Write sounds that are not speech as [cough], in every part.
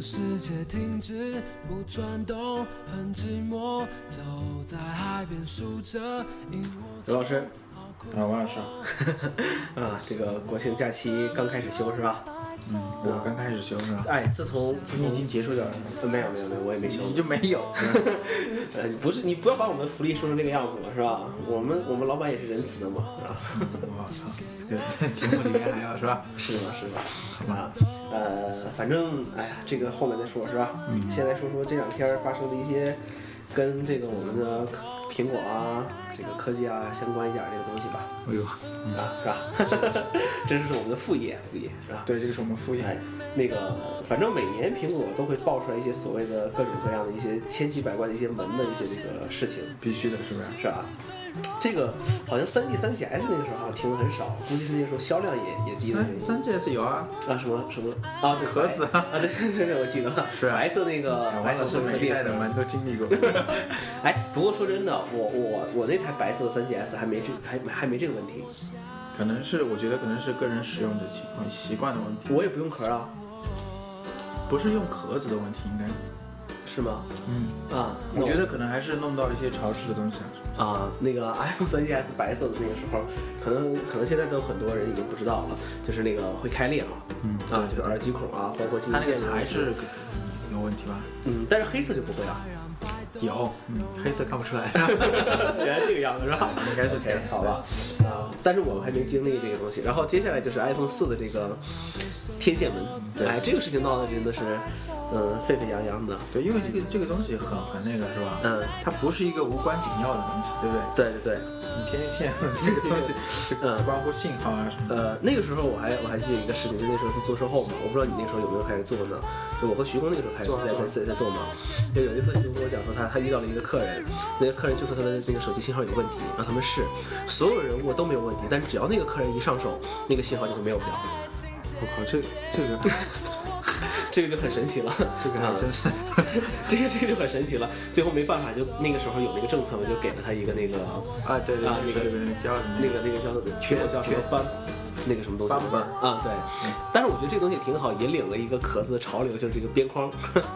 世界停止不转动，很寂寞。走在海边，数着萤火虫。刘老师，啊，王老师，啊，这个国庆假期刚开始休是吧？嗯，我刚开始修是吧？哎，自从自你从已经结束掉了，呃没有没有没有，我也没休。你就没有？呃，不是你不要把我们福利说成这个样子嘛，是吧？我们我们老板也是仁慈的嘛，啊，我操，这个 [laughs] 节目里面还要是吧？是吧是吧？好吧，呃，反正哎呀，这个后面再说是吧？嗯，先来说说这两天发生的一些跟这个我们的苹果啊、这个科技啊相关一点儿这个东西吧，哎呦，啊，是吧？ [laughs] 这是我们的副业，副业是吧？对，这个是我们副哎业，，那个，反正每年苹果都会爆出来一些所谓的各种各样的一些千奇百怪的一些门的一些这个事情，必须的，是不是？是吧？这个好像三 G、三 GS 那个时候好像听的很少，估计是那个时候销量也也低的原三因。三 GS 有啊，啊什么什么啊对壳子白啊对对对我记得了是啊白色那个白王色老那师个每一代链的子门都经历过。哎不过说真的我我我那台白色的三 GS 还没这还还没这个问题 [laughs] 可能是我觉得可能是个人使用的情况习惯的问题，我也不用壳啊不是用壳子的问题，应该。是吗嗯，啊那我觉得可能还是弄到一些潮湿的东西啊。啊，那个 [laughs] iPhone 3 GS 白色的那个时候，可能可能现在都有很多人已经不知道了，就是那个会开裂啊，嗯啊，这个耳机孔啊，包括它那个键材，质有问题吧？嗯，但是黑色就不会 [laughs] 啊，有，嗯，黑色看不出 [laughs] 来。原来这个样子是吧？ [laughs] 应该是这样 OK，好吧，啊，但是我们还没经历这个东西。然后接下来就是 iPhone 四的这个天线门，对哎，这个事情闹得真的是，嗯，沸沸扬扬的，对，因为这个这个东西很很那个是吧？嗯，它不是一个无关紧要的东西，对不对？对对对，你天线这个东西是嗯关乎信号啊什么的。呃，那个时候我还我还记得一个事情，就那时候是做售后嘛，我不知道你那时候有没有开始做呢？就我和徐工那个时候开始做啊在做啊在在在做嘛。就有一次徐工跟我讲说他他遇到了一个客人，那个客人就说他的那个手机信号有问题，然后他们试，所有人我都没有问题，但是只要那个客人一上手，那个信号就会没有掉，我靠，这这 [laughs] 个这个就很神奇了。啊这个啊还真是，这个这个就很神奇了。最后没办法，就那个时候有那个政策嘛，就给了他一个那个啊，对对啊那对，个这个那个胶什么那个那个叫缺叫什么斑，那个什么东西斑斑啊，对。嗯但是我觉得这个东西挺好，引领了一个壳子的潮流，就是这个边 [laughs] 框。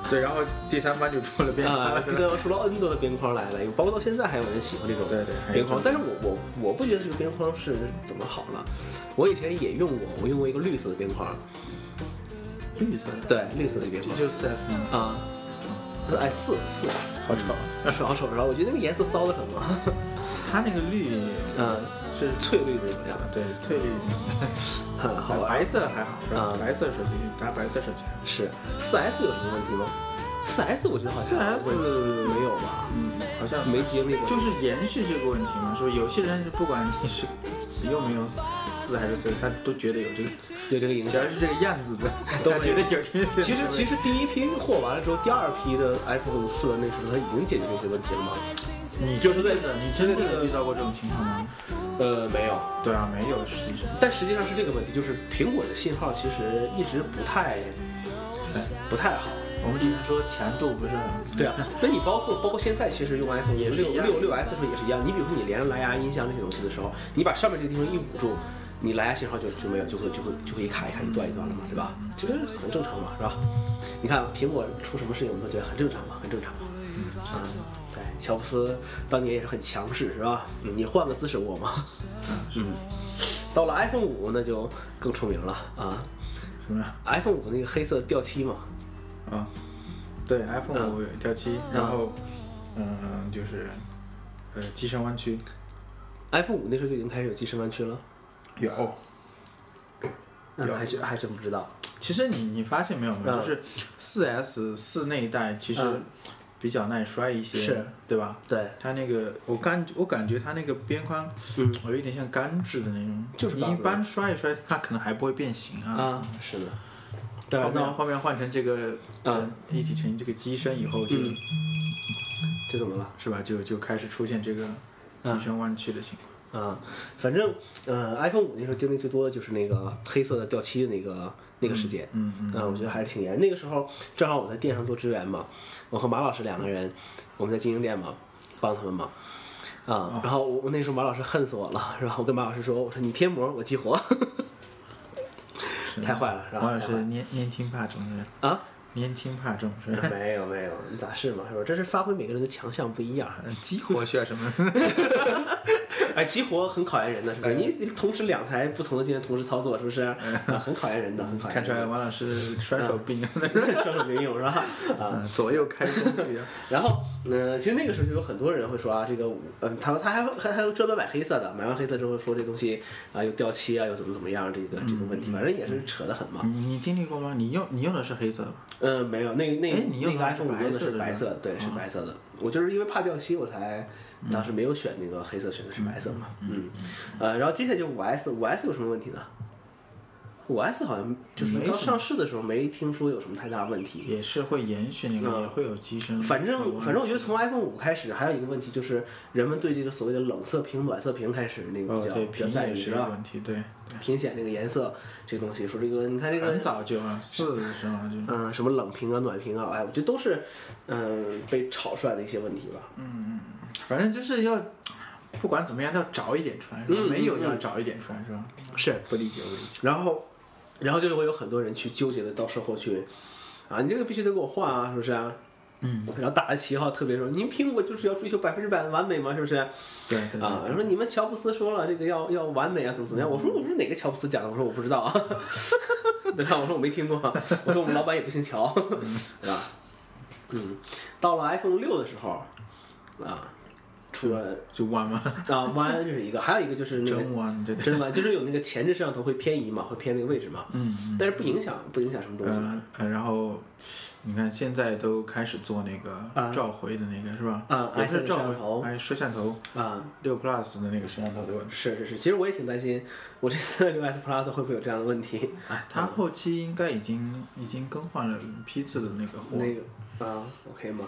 对，然后第三班就出了变化啊 [laughs] 了，，第三除了 N 多的边框来了，包括到现在还有人喜欢这种对对还有边框。这但是我我我不觉得这个边框是怎么好了。我以前也用过，我用过一个绿色的边框，绿色的，对，绿色的边这框就是四 S 吗？啊，哎四四， [laughs] 好丑，是好丑是吧？我觉得那个颜色骚得很嘛，它那个绿， [laughs] 嗯，是翠绿那种样，对翠绿，很 [laughs] 好玩。白色还好，是啊吧嗯白色手机拿白色手机还好，是四 S 有什么问题吗？四 S 我觉得好像 4S 没有吧，嗯，好像没经历过。就是延续这个问题嘛，说有些人不管你是用没用四还是四，他都觉得有这个，有这个影只响要。是这个样子的，都 [laughs] 他会觉得有这个。其实其实第一批货完了之后，第二批的 iPhone 四那时候它已经解决这些问题了吗？你就是在的，你真的遇到过这种情况吗？呃，没有。对啊，没有，实际上，但实际上是这个问题，就是苹果的信号其实一直不太对，不太好。我们只能说强度不是很对啊，那你包括包括现在，其实用 iPhone 也是六一样六六 S 的时候也是一样。你比如说你连上蓝牙音箱这些东西的时候，你把上面这个地方一捂住，你蓝牙信号就就没有，就会就会就会一卡一卡一段一段了嗯嘛，对吧？这个很正常嘛，是吧？你看苹果出什么事情，我们都觉得很正常嘛，很正常嘛。啊、对，乔布斯当年也是很强势，是吧？嗯你换个姿势握嘛。嗯，到了 iPhone 五那就更出名了啊什么呀！iPhone 五那个黑色掉漆嘛，啊？对，iPhone 五掉漆，然后嗯，就是呃，机身弯曲 iPhone 五那时候就已经开始有机身弯曲了，有。嗯还真还真不知道。其实你你发现没有吗？嗯就是四 S 四那一代其实嗯比较耐摔一些，是对吧？对，它那个，我感我感觉它那个边框，嗯我有点像干制的那种，就是你吧一般摔一摔，它可能还不会变形啊。啊，是的。对后，面那后面换成这个，啊整一体成这个机身以后，就嗯这怎么了？是吧，就就开始出现这个嗯机身弯曲的情况。啊，反正呃，iPhone 五那时候经历最多的就是那个黑色的掉漆的那个那个事件。嗯嗯，啊，我觉得还是挺严。那个时候正好我在店上做支援嘛，我和马老师两个人，我们在经营店嘛，帮他们嘛。啊，然后我我那时候马老师恨死我了，然后我跟马老师说：“我说你贴膜，我激活。 [laughs] 是”太坏了，是吧？王老太坏师了年年轻怕重是吧？啊，年轻怕重是吧？嗯没有没有，你咋是嘛？是吧？这是发挥每个人的强项不一样。啊 [laughs] 嗯激活需要 [laughs] 什么？哎，激活很考验人的，哎是吧？你你同时两台不同的键盘同时操作，是不是？啊，很考验人的，很考验人看的。出来王老师双手并用，[laughs] [laughs] 双手并用是吧？啊，嗯左右开弓这 [laughs] 样。然后，嗯、其实那个时候就有很多人会说啊，这个，嗯、他们他还还还专门买黑色的，买完黑色之后说这东西啊、又掉漆啊，又怎么怎么样，这个这个问嗯题，反正也是扯得很嘛。你你经历过吗？你用你用的是黑色的吗？嗯，没有，那那哎你用那的个还是啊 iPhone 五用的白色是的白吗色的，对，是白色的。我就是因为怕掉漆，我才嗯当时没有选那个黑色，选的是白色嘛。嗯，呃，然后接下来就五 S，五 S 有什么问题呢？五 S 好像就是刚没什么上市的时候没听说有什么太大问题。也是会延续那个，也会有机身。嗯反会正弯反正我觉得从 iPhone 五开始，还有一个问题就是人们对这个所谓的冷色屏、暖色屏开始那个哦比较、对比较屏在也意是是个吧？问题，对，屏显这个颜色这个东西，说这个你看这个很早就啊，四的时候就嗯、什么冷屏啊、暖屏啊，哎，我觉得都是嗯、被炒出来的一些问题吧。反正就是要，不管怎么样都要找一点穿，是吧？嗯没有嗯要找一点穿，是吧？是，不理解，不理解。然后，然后就会有很多人去纠结的到售后去，啊，你这个必须得给我换啊，是不是、嗯，然后打着旗号特别说，您苹果就是要追求百分之百的完美嘛，是不是？对对啊，对，然后你们乔布斯说了这个要要完美啊，怎么怎么样？我说我说哪个乔布斯讲的？我说我不知道啊， [laughs] 对吧？我说我没听过啊，我说我们老板也不姓乔， [laughs] 对吧？嗯，到了 iPhone 六的时候，啊，出了就弯嘛，啊弯这是一个，还有一个 [laughs] 就是那个真弯，这个真弯，就是有那个前置摄像头会偏移嘛，会偏那个位置嘛，嗯，但是不影响不影响什么东西嘛呃，呃然后你看现在都开始做那啊个召回的那个是吧？啊也不是 iPhone 摄召像头回，哎，摄像头啊。六 plus 的那个摄像头的问题。是是是，其实我也挺担心，我这次六 S Plus 会不会有这样的问题？哎，它后期应该已经已经更换了批次的那个货，嗯那个啊，OK 吗？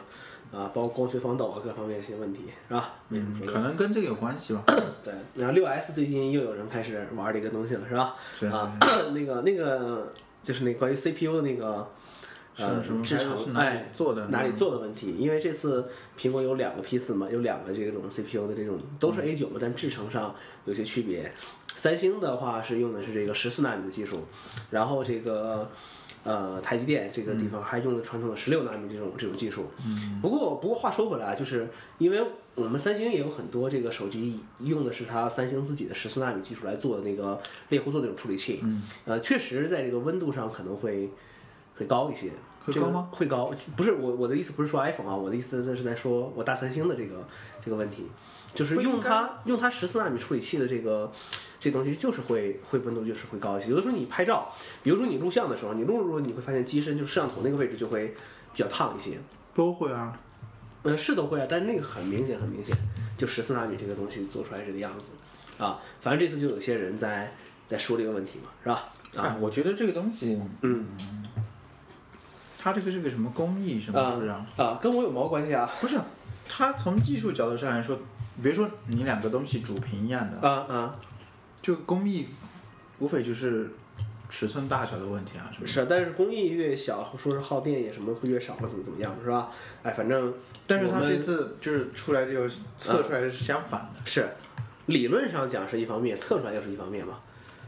啊，包括光学防抖啊，各方面一些问题是吧？没什么嗯，说的可能跟这个有关系吧。对，然后六 S 最近又有人开始玩这个东西了，是吧？是啊， [coughs] 那个那个就是那关于 CPU 的那个呃是啊什么制还是程哪里哎做的嗯哪里做的问题，因为这次苹果有两个批次嘛，有两个这种 CPU 的这种都嗯是 A 九嘛，但制程上有些区别。三星的话是用的是这个十四纳米的技术，然后这个。呃，台积电这个地方还用的传统的十六纳米这种这种技术，嗯不过不过话说回来啊，就是因为我们三星也有很多这个手机用的是它三星自己的十四纳米技术来做的那个猎户座那种处理器，嗯，呃，确实在这个温度上可能会会高一些，会这个高吗？会高，不是我我的意思不是说 iPhone 啊，我的意思是在说我大三星的这个这个问题，就是会用应该它用它十四纳米处理器的这个这东西就是会会温度就是会高一些，有的时候你拍照，比如说你录像的时候，你录着录着你会发现机身就是摄像头那个位置就会比较烫一些，都会啊，呃，是都会啊，但那个很明显，很明显，就十四纳米这个东西做出来这个样子啊。反正这次就有些人在在说这个问题嘛，是吧？啊，哎，我觉得这个东西，嗯，它这个是个什么工艺什么，啊是不是啊？啊，跟我有毛关系啊？不是，它从技术角度上来说，比如说你两个东西主屏一样的，啊啊，就工艺无非就是尺寸大小的问题啊，是不是？是啊，但是工艺越小，说是耗电也什么会越少了，怎么怎么样，是吧？哎，反正但是它我们这次就是出来就测出来是相反的，是理论上讲是一方面，测出来又是一方面嘛。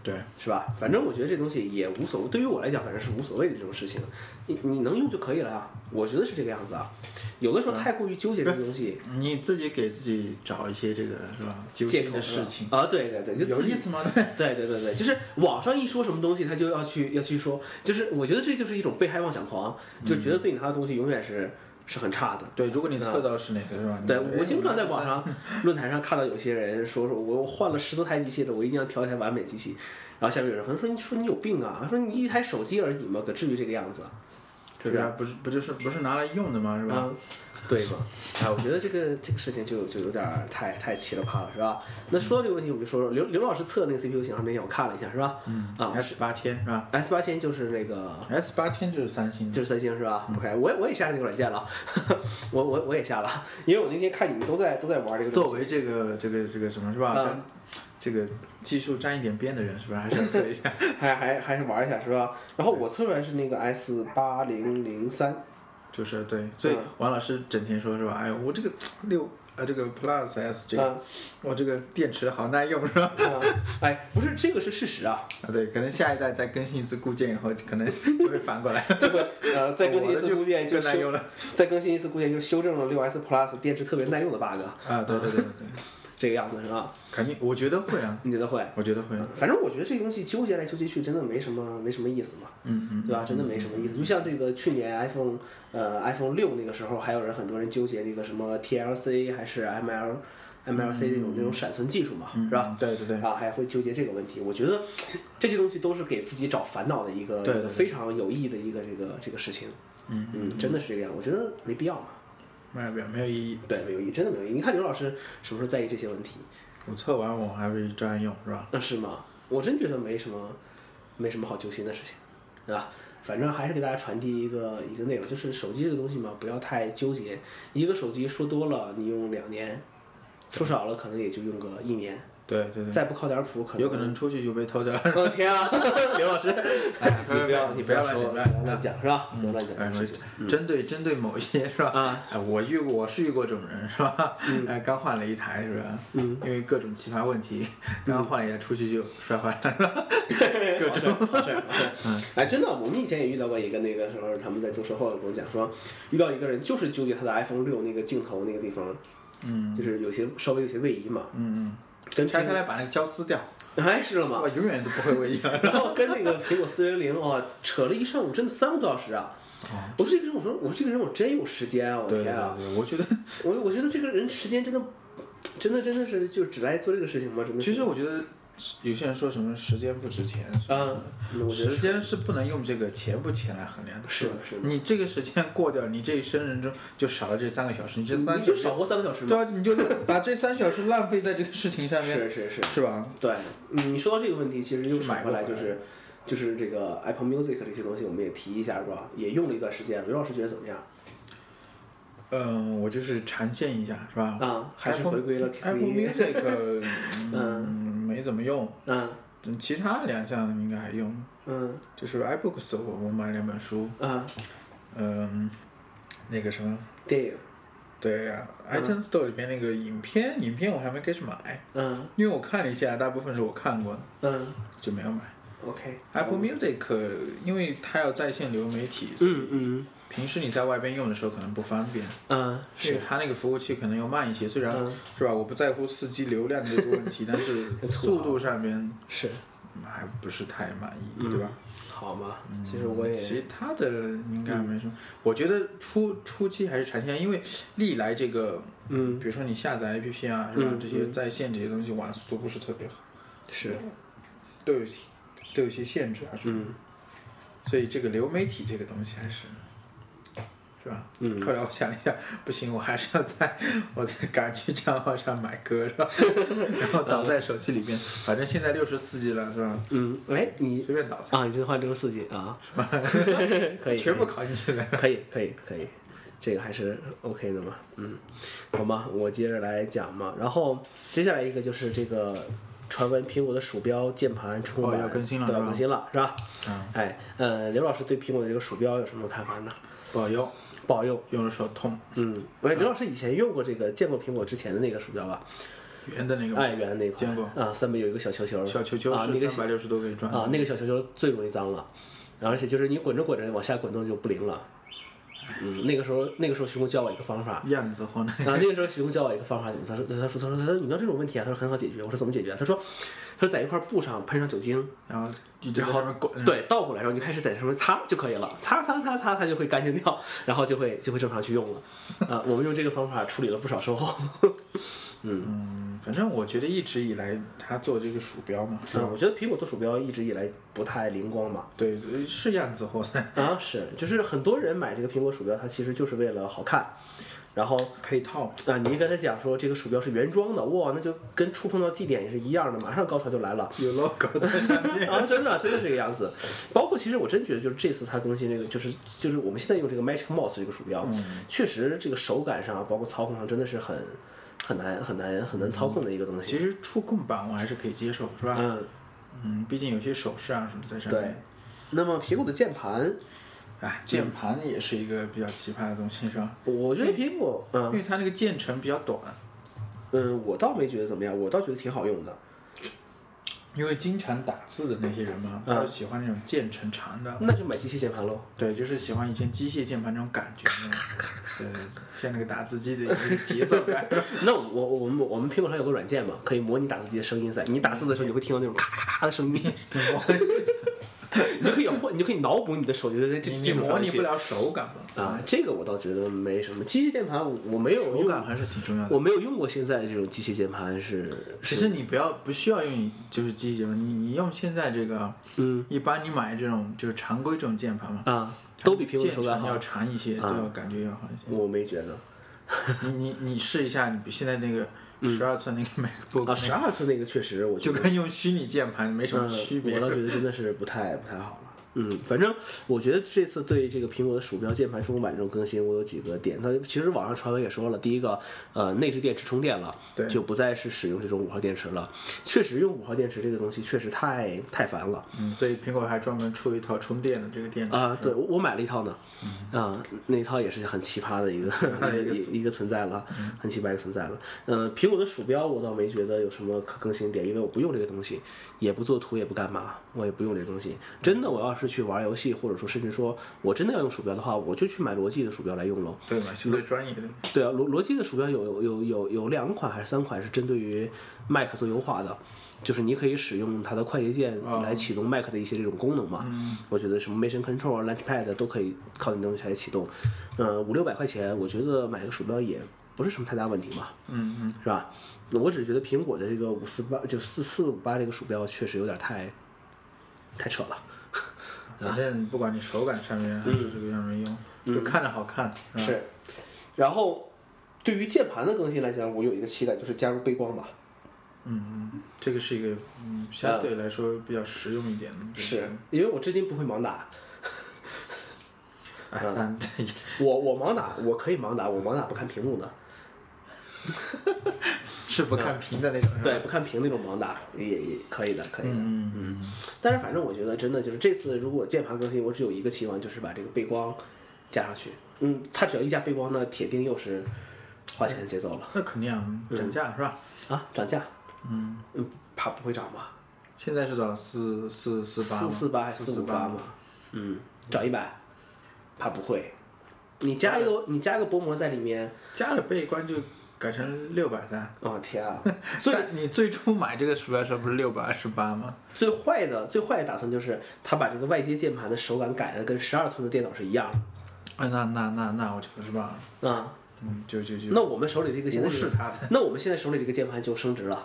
对，是吧？反正我觉得这东西也无所谓，对于我来讲，反正是无所谓的这种事情，你你能用就可以了啊。我觉得是这个样子啊。有的嗯时候太过于纠结这个东西，你自己给自己找一些这个是吧纠借结口的是吧事情，啊，对对对，就有自己意。思吗？对，对对对对，就是网上一说什么东西，他就要去要去说，就是我觉得这就是一种被害妄想狂，就嗯觉得自己拿的东西永远是是很差的。对，如果你测到是哪个是吧？你对，觉得我经常在哎网上论坛上看到有些人说说我换了十多台机器了，我一定要调一台完美机器。然后下面有人可能说你说你有病啊，说你一台手机而已嘛，可至于这个样子啊？是不对是？啊，不是不就是不是拿来用的吗？是吧？嗯，对 [laughs] 嘛？哎，我觉得这个这个事情就就有点儿太太奇了怕了，是吧？那说到这个问题，我们就说说刘刘老师测那个 CPU 型号那天我看了一下，是吧？嗯啊 S 八千是吧，S 八千就是那个？S 八千就是三星的，就是三星是嗯吧？OK，我也我也下了那个软件了， [laughs] 我我我也下了，因为我那天看你们都在都在玩这个作东西。为这个这个这个什么是吧？嗯跟这个技术沾一点边的人是吧？还是 [laughs] 要测一下。还还还是玩一下是吧？然后我测出来是那个 S 八零零三，就是对，所以嗯王老师整天说是吧？哎，我这个六呃这个 Plus S 这啊个，哇这个电池好耐用是吧？啊哎，不是这个是事实啊，啊对，可能下一代再更新一次固件以后，可能就会反过来。这个 [laughs] 呃 [laughs] 再更新一我的次就固件就更耐修用了，再更新一次固件就修正了六 S Plus 电池特别耐用的 bug，啊对对对对对，这个样子是吧？肯定我觉得会 [laughs] 啊，你觉得会？我觉得会。啊反正我觉得这个东西纠结来纠结去，真的没什么没什么意思嘛，嗯嗯，对吧？真的没什么意思。就像这个去年 iPhone 呃 iPhone 六那个时候，还有人很多人纠结这个什么 TLC 还是 ML MLC 那种那种闪存技术嘛，是吧？嗯对对对，啊，还会纠结这个问题。我觉得这些东西都是给自己找烦恼的一个对对一个非常有意义的一个这个这个事情。嗯真的是这个样，我觉得没必要嘛。没有没有没有意义。对，没有意义，真的没有意义。你看刘老师什么时候在意这些问题？我测完我还会照样用是吧？那是吗？我真觉得没什么，没什么好揪心的事情，对吧？反正还是给大家传递一个一个内容，就是手机这个东西嘛，不要太纠结。一个手机说多了，你用两年；说少了，可能也就用个一年。对对对，再不靠点谱，嗯可能有可能出去就被偷掉了。 [laughs] 我、天啊， [laughs] 刘老师，哎，你不要，你你 [laughs] 不不要要说，嗯乱不讲要乱讲，是吧？不要乱哎讲，我针对针对某一些是吧？啊，哎，我遇过，我是遇过这种人是吧？哎，刚换了一台是吧？嗯，因为各种奇葩问题，刚换了一台出去就摔坏了是吧？各种好事儿，好事儿。哎，真的，我们以前也遇到过一个那个时候，他们在做售后跟我讲说，遇到一个人就是纠结他的 iPhone 六那个镜头那个地方，嗯，就是有些稍微有些位移嘛，嗯跟嗯， [laughs] 拆苹开来把那个胶撕掉，哎，是了吗我？永远都不会为一 [laughs] 样。然后跟那个苹果四零零哦，扯了一上午，真的三个多小时啊！我说这个人，我说我这个人，我真有时间啊！我哦对对天啊！对，我觉得我我觉得这个人时间真的，真的真的是就只来做这个事情吗？真的是？其实我觉得有些人说什么时间不值钱，啊，我觉得时间是不能用这个钱不钱来衡量的。是的是的你这个时间过掉，你这一生人中就少了这三个小时，你这三你就小时少活三个小时对嘛。啊，你就 [laughs] 把这三小时浪费在这个事情上面，是是是，是吧？对，嗯你说到这个问题，其实又是买甩回来不就回来是。就是这个 Apple Music 这些东西，我们也提一下，是吧？也用了一段时间，刘老师觉得怎么样？嗯，我就是缠线一下，是吧？啊，还是回归了 QQ Apple 音乐？ [laughs] Music，嗯，嗯没怎么用，嗯嗯其他两项应该还用。嗯就是 iBooks，我我买两本书，嗯，嗯，那个什么，电影，对呀、嗯 i t u n e s Store 里边那个影片，影片我还没开始买，嗯因为我看了一下，大部分是我看过的，嗯就没有买。 ，OK。 Apple Music，因为它要在线流媒体，嗯嗯平时你在外边用的时候可能不方便，嗯，因为是它那个服务器可能要慢一些，虽然、嗯是吧，我不在乎四 G 流量这个问题， [laughs] 但是啊速度上面是，嗯还不是太满意，嗯对吧？好嘛。嗯其实我也嗯其他的应该没什么，我觉得初初期还是产线，因为历来这个，嗯比如说你下载 APP 啊，是吧？嗯这些嗯在线这些东西网速不是特别好，是都有些都有些限制啊，是吧？嗯所以这个流媒体这个东西还是。是吧？嗯后来我想了一下，不行，我还是要在 [laughs] 我在赶去账号上买歌， [laughs] 是吧？然后导在手机里边，反正现在六十四 G 了，是吧？嗯，哎你随便导下，啊，你这换成四 G 啊， [laughs] 可以全部拷进去的。可以可以可以，这个还是 OK 的嘛。嗯，好嘛，我接着来讲嘛。然后接下来一个就是这个传闻，苹果的鼠标、键盘、触控板哦要更新了都要是吧更新了，是吧？嗯，哎，呃，刘老师对苹果的这个鼠标有什么看法呢？ [laughs] 不好用，不好用。用的时候痛，嗯，喂，刘老师以前用过这个，见过苹果之前的那个鼠标吧？圆的那个爱媛那款，见过啊，上面有一个小球球，小球球啊，那是个三百六嗯十度可以转啊，的。那个小球球最容易脏了，而且就是你滚着滚着往下滚动就不灵了。嗯，那个时候那个时候徐工教我一个方法。燕子或那啊，那个时候徐工教我一个方法，怎么？他说，他说，他说，他说，你遇到这种问题啊，他说很好解决。我说怎么解决啊？他说，他说在一块布上喷上酒精，然后一直在上 [laughs] 面滚。，对，倒过来，然后你就开始在上面擦就可以了，擦擦擦擦，它就会干净掉，然后就会就会正常去用了。啊、我们用这个方法处理了不少售后。嗯，反正我觉得一直以来他做这个鼠标嘛，是吧 [laughs] 嗯，我觉得苹果做鼠标一直以来不太灵光嘛。对，呃是燕子或的啊，是，就是很多人买这个苹果鼠标，它其实就是为了好看。然后配套。啊，你一跟他讲说这个鼠标是原装的，哇，那就跟触碰到祭点也是一样的，马上高潮就来了。有 logo 在上 [laughs] 面，啊，真的，真的是这个样子。包括其实我真觉得，就是这次它更新这个，就是就是我们现在用这个 Magic Mouse 这个鼠标，嗯确实这个手感上，包括操控上，真的是很很难很难很难操控的一个东其西。实触控板我还是可以接受，是吧？嗯，嗯，毕竟有些手势啊什么在上对面。。那么苹果的键盘，对，哎，键盘也是一个比较奇葩的东西，是吧？我觉得苹果，因嗯为它那个键程比较短，嗯，我倒没觉得怎么样，我倒觉得挺好用的。因为经常打字的那些人嘛，嗯他是喜欢那种键程长的，那就买机械键盘喽。对，就是喜欢以前机械键盘那种感觉，对，像那个打字机的一个节奏 [laughs] 感。那我我我们我们苹果上有个软件嘛，可以模拟打字机的声音在，你打字的时候你会听到那种咔咔咔的声音， [laughs] 你就可以换，你就可以脑补你的手机的这你这你种模拟东西不了手感嘛，啊。这个我倒觉得没什么，机械键盘我我没有手感用，还是挺重要的我。没有用过现在这种机械键盘是，其实你不要不需要用就是机械键盘，你你用现在这个，嗯一般你买这种就是常规这种键盘嘛，啊，都比苹果的手感键程要好，嗯长一些，对，感觉要好一些。我没觉得。你你你试一下，你比现在那个十二寸那个嗯 MacBook，、啊，十二寸那个确实我觉就得跟用虚拟键盘没什么区别。嗯。我倒觉得真的是不太不太好 [laughs] 了。嗯，反正我觉得这次对这个苹果的鼠标、键盘、触控板这种更新，我有几个点。它其实网上传闻也说了，第一个，呃，内置电池充电了，对就不再是使用这种五号电池了。确实，用五号电池这个东西确实太太烦了。嗯，所以苹果还专门出一套充电的这个电池啊，对，我我买了一套呢，啊，那一套也是很奇葩的 [laughs] 一个一个一个存嗯在了，很奇葩一个存在了。嗯，苹果的鼠标我倒没觉得有什么可更新点，因为我不用这个东西，也不做图，也不干嘛，我也不用这个东西。真的，我要是去玩游戏，或者说甚至说我真的要用鼠标的话，我就去买罗技的鼠标来用喽。对嘛，相对专业的。对啊，罗罗技的鼠标有有有有有两款还是三款是针对于 Mac 做优化的，就是你可以使用它的快捷键来启动 Mac 的一些这种功能嘛。我觉得什么 Motion Control 啊、Launchpad 都可以靠那东西来启动。呃，五六百块钱，我觉得买个鼠标也不是什么太大问题嘛，嗯嗯，是吧？那我只是觉得苹果的这个五四八就四四五八这个鼠标确实有点太太扯了。反正不管你手感上面还是这个上面用，就看着好看。吧，嗯是，然后对于键盘的更新来讲，我有一个期待就是加入背光吧。嗯嗯，这个是一个嗯相对来说比较实用一点的。是因为我至今不会盲打，哎，嗯但我我盲打，我可以盲打，我盲打不看屏幕的，是不看屏的那种。是吧嗯对，，不看屏那种盲打也也可以的，可以的。嗯嗯，但是反正我觉得真的就是这次如果键盘更新，我只有一个期望，就是把这个背光加上去。嗯，它只要一加背光呢，铁定又是花钱的节奏了那肯定啊，嗯涨价是吧？啊，涨价。嗯怕不会涨吧？现在是多少？四四四八吗？四四八还是四四五八八吗嘛？？嗯，涨一百，怕不会。你加一个，你加一个薄膜在里面，加了背光就改成六百 [laughs] 三。哦天啊！最你最初买这个鼠标的时候不是六百二十八吗？最坏的最坏的打算就是他把这个外接键盘的手感改的跟十二寸的电脑是一样啊，那那那那我就不是吧，的啊。嗯，就就就那我们手里这个现在无视它才，那我们现在手里这个键盘就升值了，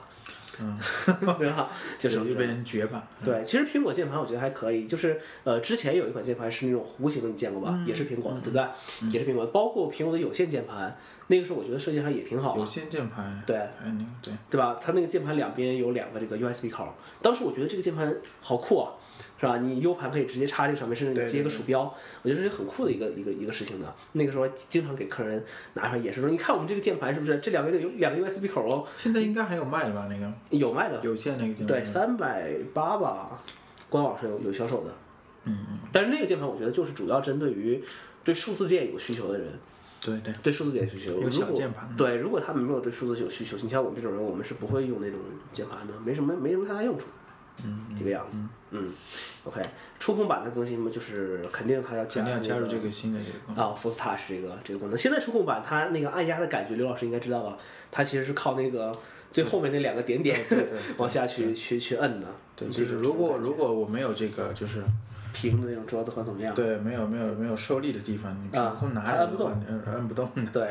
嗯， [laughs] 对吧？就手升机值被了。人绝版。对，其实苹果键盘我觉得还可以，就是呃，之前有一款键盘是那种弧形的，你见过吧？嗯也是苹果的，对不对？也是苹果的，包括苹果的有线键盘，那个时候我觉得设计上也挺好的有。线键盘，对还有那个对，对吧？它那个键盘两边有两个这个 USB 口，当时我觉得这个键盘好酷啊，是吧？你 U 盘可以直接插这上面，甚至对你对接一个鼠标，我觉得这是很酷的一个一个一个事情的。那个时候还经常给客人拿出来演示说，你看我们这个键盘是不是这两边有两个 USB 口哦，现在应该还有卖了吧？那个有卖的，有线那个键盘，对，三百八吧，官网上有有销售的。嗯嗯，但是那个键盘我觉得就是主要针对于对数字键有需求的人，对对，对数字键有需求。有小如果键盘对，如果他们没有对数字有需求，你像我们这种人，我们是不会用那种键盘的，没什么没什么太大用处。嗯，这个样子。嗯，OK，触控板的更新嘛，就是肯定它要肯定要加入那这个新的这个功能。啊，Force Touch 这个这个功能。现在触控板它那个按压的感觉，刘老师应该知道吧？它其实是靠那个最后面那两个点点 [laughs] 往下去去去摁的。对，这就是种如果如果我没有这个，就是屏的那种桌子或怎么样。对没有没有没有受力的地方，你啊凭空拿它着按不动的话你摁摁不动 [laughs] 的。对，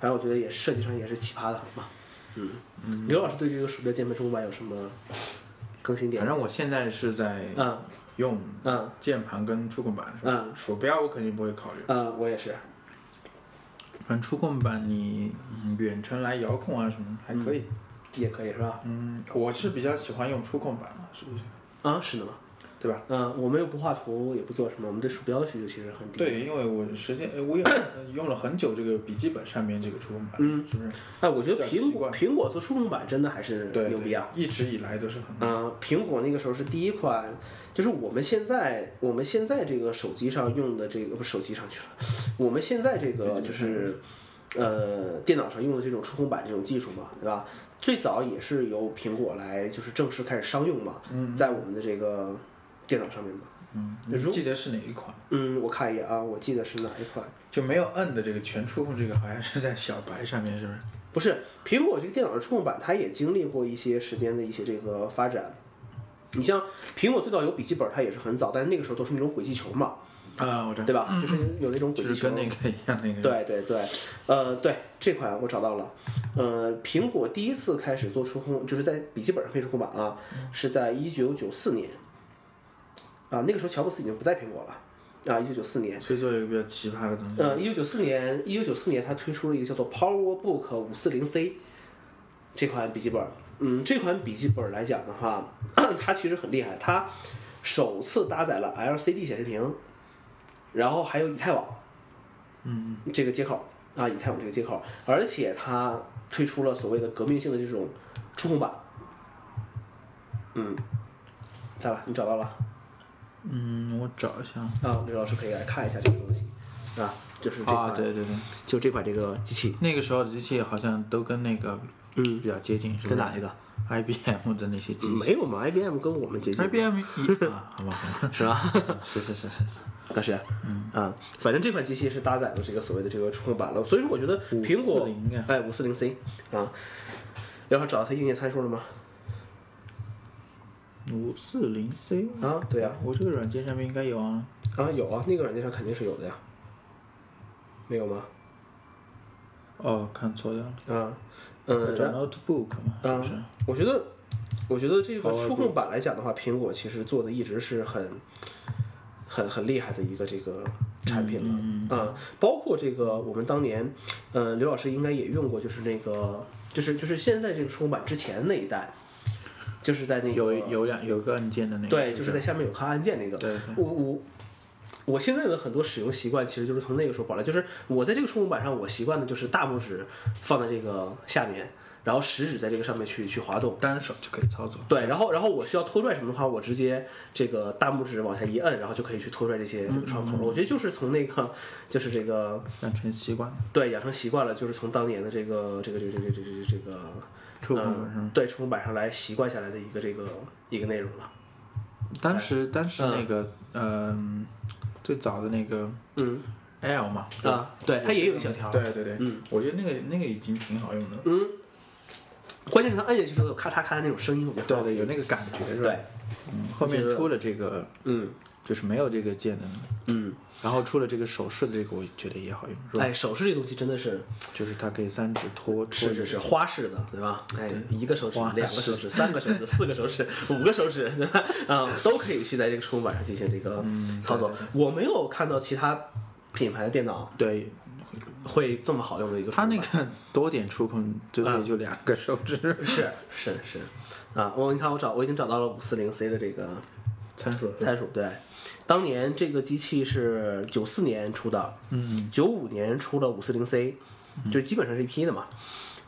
反正我觉得也是设计上也是奇葩的很嘛。嗯，刘老师对这个鼠标键盘触控板有什么更新点反？正我现在是在嗯用嗯键盘跟触控板，是吧嗯鼠标我肯定不会考虑。嗯，我也是。反正触控板你嗯远程来遥控啊什么还可以。也可以是吧？嗯，我是比较喜欢用触控板的，是不是？啊，是的嘛。对吧？嗯，我们又不画图，也不做什么，我们对鼠标的需求其实很低。对，因为我时间呃我也用了很久这个笔记本上面这个触控板，嗯是不是？哎，我觉得比较习苹果惯苹果做触控板真的还是对，牛逼啊！对一直以来都是很。嗯、苹果那个时候是第一款，就是我们现在我们现在这个手机上用的这个不是手机上去了，我们现在这个就是呃电脑上用的这种触控板这种技术嘛，对吧？最早也是由苹果来就是正式开始商用嘛，在我们的这个电脑上面嘛。嗯，如你记得是哪一款？嗯，我看一眼啊，我记得是哪一款？就没有摁的这个全触控，这个好像是在小白上面，是不是？不是苹果这个电脑的触控板，它也经历过一些时间的一些这个发展。你像苹果最早有笔记本，它也是很早，但是那个时候都是那种轨迹球嘛，啊，我知道，对吧？就是有那种轨就迹是球跟。那个一样，那个对对对，呃，对这款我找到了，呃，苹果第一次开始做触控，就是在笔记本上配触控板啊，是在一九九四年，啊，那个时候乔布斯已经不在苹果了，啊，一九九四年，所以做了一个比较奇葩的东西。呃，一九九四年，一九九四年，它推出了一个叫做 PowerBook 五四零 C 这款笔记本。嗯，这款笔记本来讲的话， [clears throat] 它其实很厉害，它首次搭载了 LCD 显示屏，然后还有以太网，嗯，这个接口啊，以太网这个接口，而且它推出了所谓的革命性的这种触控板。嗯，咋了？你找到了？嗯，我找一下。啊，刘老师可以来看一下这个东西，啊，就是这款，啊，对对对，就这款这个机器。那个时候的机器好像都跟那个嗯比较接近，是吧？跟哪一个？IBM 的那些机器。没有嘛，IBM 跟我们接近， IBM 一啊，好吧，好吧，是吧？ [laughs] 是是是是，但是，嗯啊，反正这款机器是搭载了这个所谓的这个触控板了，所以说我觉得 [laughs] 苹果540啊哎五四零 C 啊，然后找到它硬件参数了吗？五四零 C 啊，对呀、我这个软件上面应该有啊。啊，有啊，那个软件上肯定是有的呀，没有吗？哦，看错掉了，啊，我嗯，找然 Notebook 嘛，是嗯不我觉是？得，我觉得这个 Powerbook 触控板来讲的话，苹果其实做的一直是很、很、很厉害的一个这个产品了。嗯包括这个我们当年，呃，刘老师应该也用过，就是那个，就是就是现在这个触控板之前那一代，就是在那个有有两有个按键的那个，对，就是在下面有看按键那个。对我我我现在的很多使用习惯，其实就是从那个时候保来。就是我在这个触控板上，我习惯的就是大拇指放在这个下面，然后食指在这个上面去去滑动。单手就可以操作。对，然后然后我需要拖拽什么的话，我直接这个大拇指往下一摁，然后就可以去拖拽这些嗯这个窗口了。我觉得就是从那个，就是这个养成习惯，对养成习惯了，就是从当年的这个这个这个这个这个这个触嗯控板上。对触控板上来习惯下来的一个这个一个内容了。当时当时那个嗯，最早的那个嗯 L 嘛，啊，对，它也有一小条，对对对，嗯，我觉得那个那个已经挺好用的了，嗯，关键是它摁下去之后有咔嗒咔嗒那种声音，我觉得对很好对，有那个感觉是吧？对，嗯后面出了这个嗯就是没有这个键的，嗯，然后出了这个手势的这个，我觉得也好用，是吧？哎，手势这东西真的是就是它可以三指拖拖是是是花式的，对吧？哎，一个手指、花两个手指、三个手 [laughs] 指、四个手指、五个手指， [laughs] 对吧？啊、都可以去在这个触控板上进行这个操作。我没有看到其他品牌的电脑对，会这么好用的一个触它控板。那个多点触控最多也就两个手指，是是是，啊，我你看我找我已经找到了五四零 C 的这个参数参数，对，当年这个机器是九四年出的，嗯，九五年出了五四零 C，就嗯基本上是一批的嘛。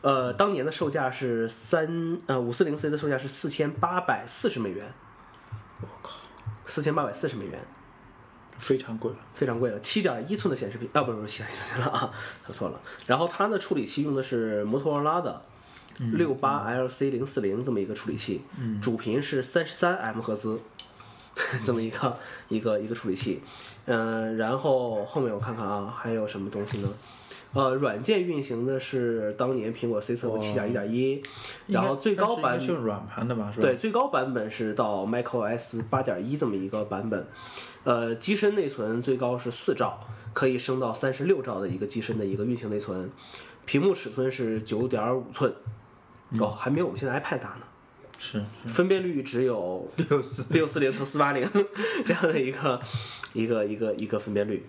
呃，当年的售价是三呃五四零 C 的售价是四千八百四十美元，我靠，四千八百四十美元，非常贵了。非常贵了。七点一寸的显示屏啊，不是不是七点一寸了啊，说错了。然后它的处理器用的是摩托罗拉的嗯六八 LC 零四零这么一个处理器，主频是三十三 M 赫兹，[laughs] 嗯这么一个一个一个处理器。嗯、然后后面我看看啊，还有什么东西呢？呃，软件运行的是当年苹果 C 测的七点一点一，然后最高但版是哦应该是用软盘的吧，是吧？对，，最高版本是到 macOS 八点一这么一个版本，呃，机身内存最高是四兆，可以升到三十六兆的一个机身的一个运行内存，屏幕尺寸是九点五寸，嗯哦，还没有我们现在 iPad 大呢，是是分辨率只有六四，六四零乘四八零这样的一个一个一个一个分辨率，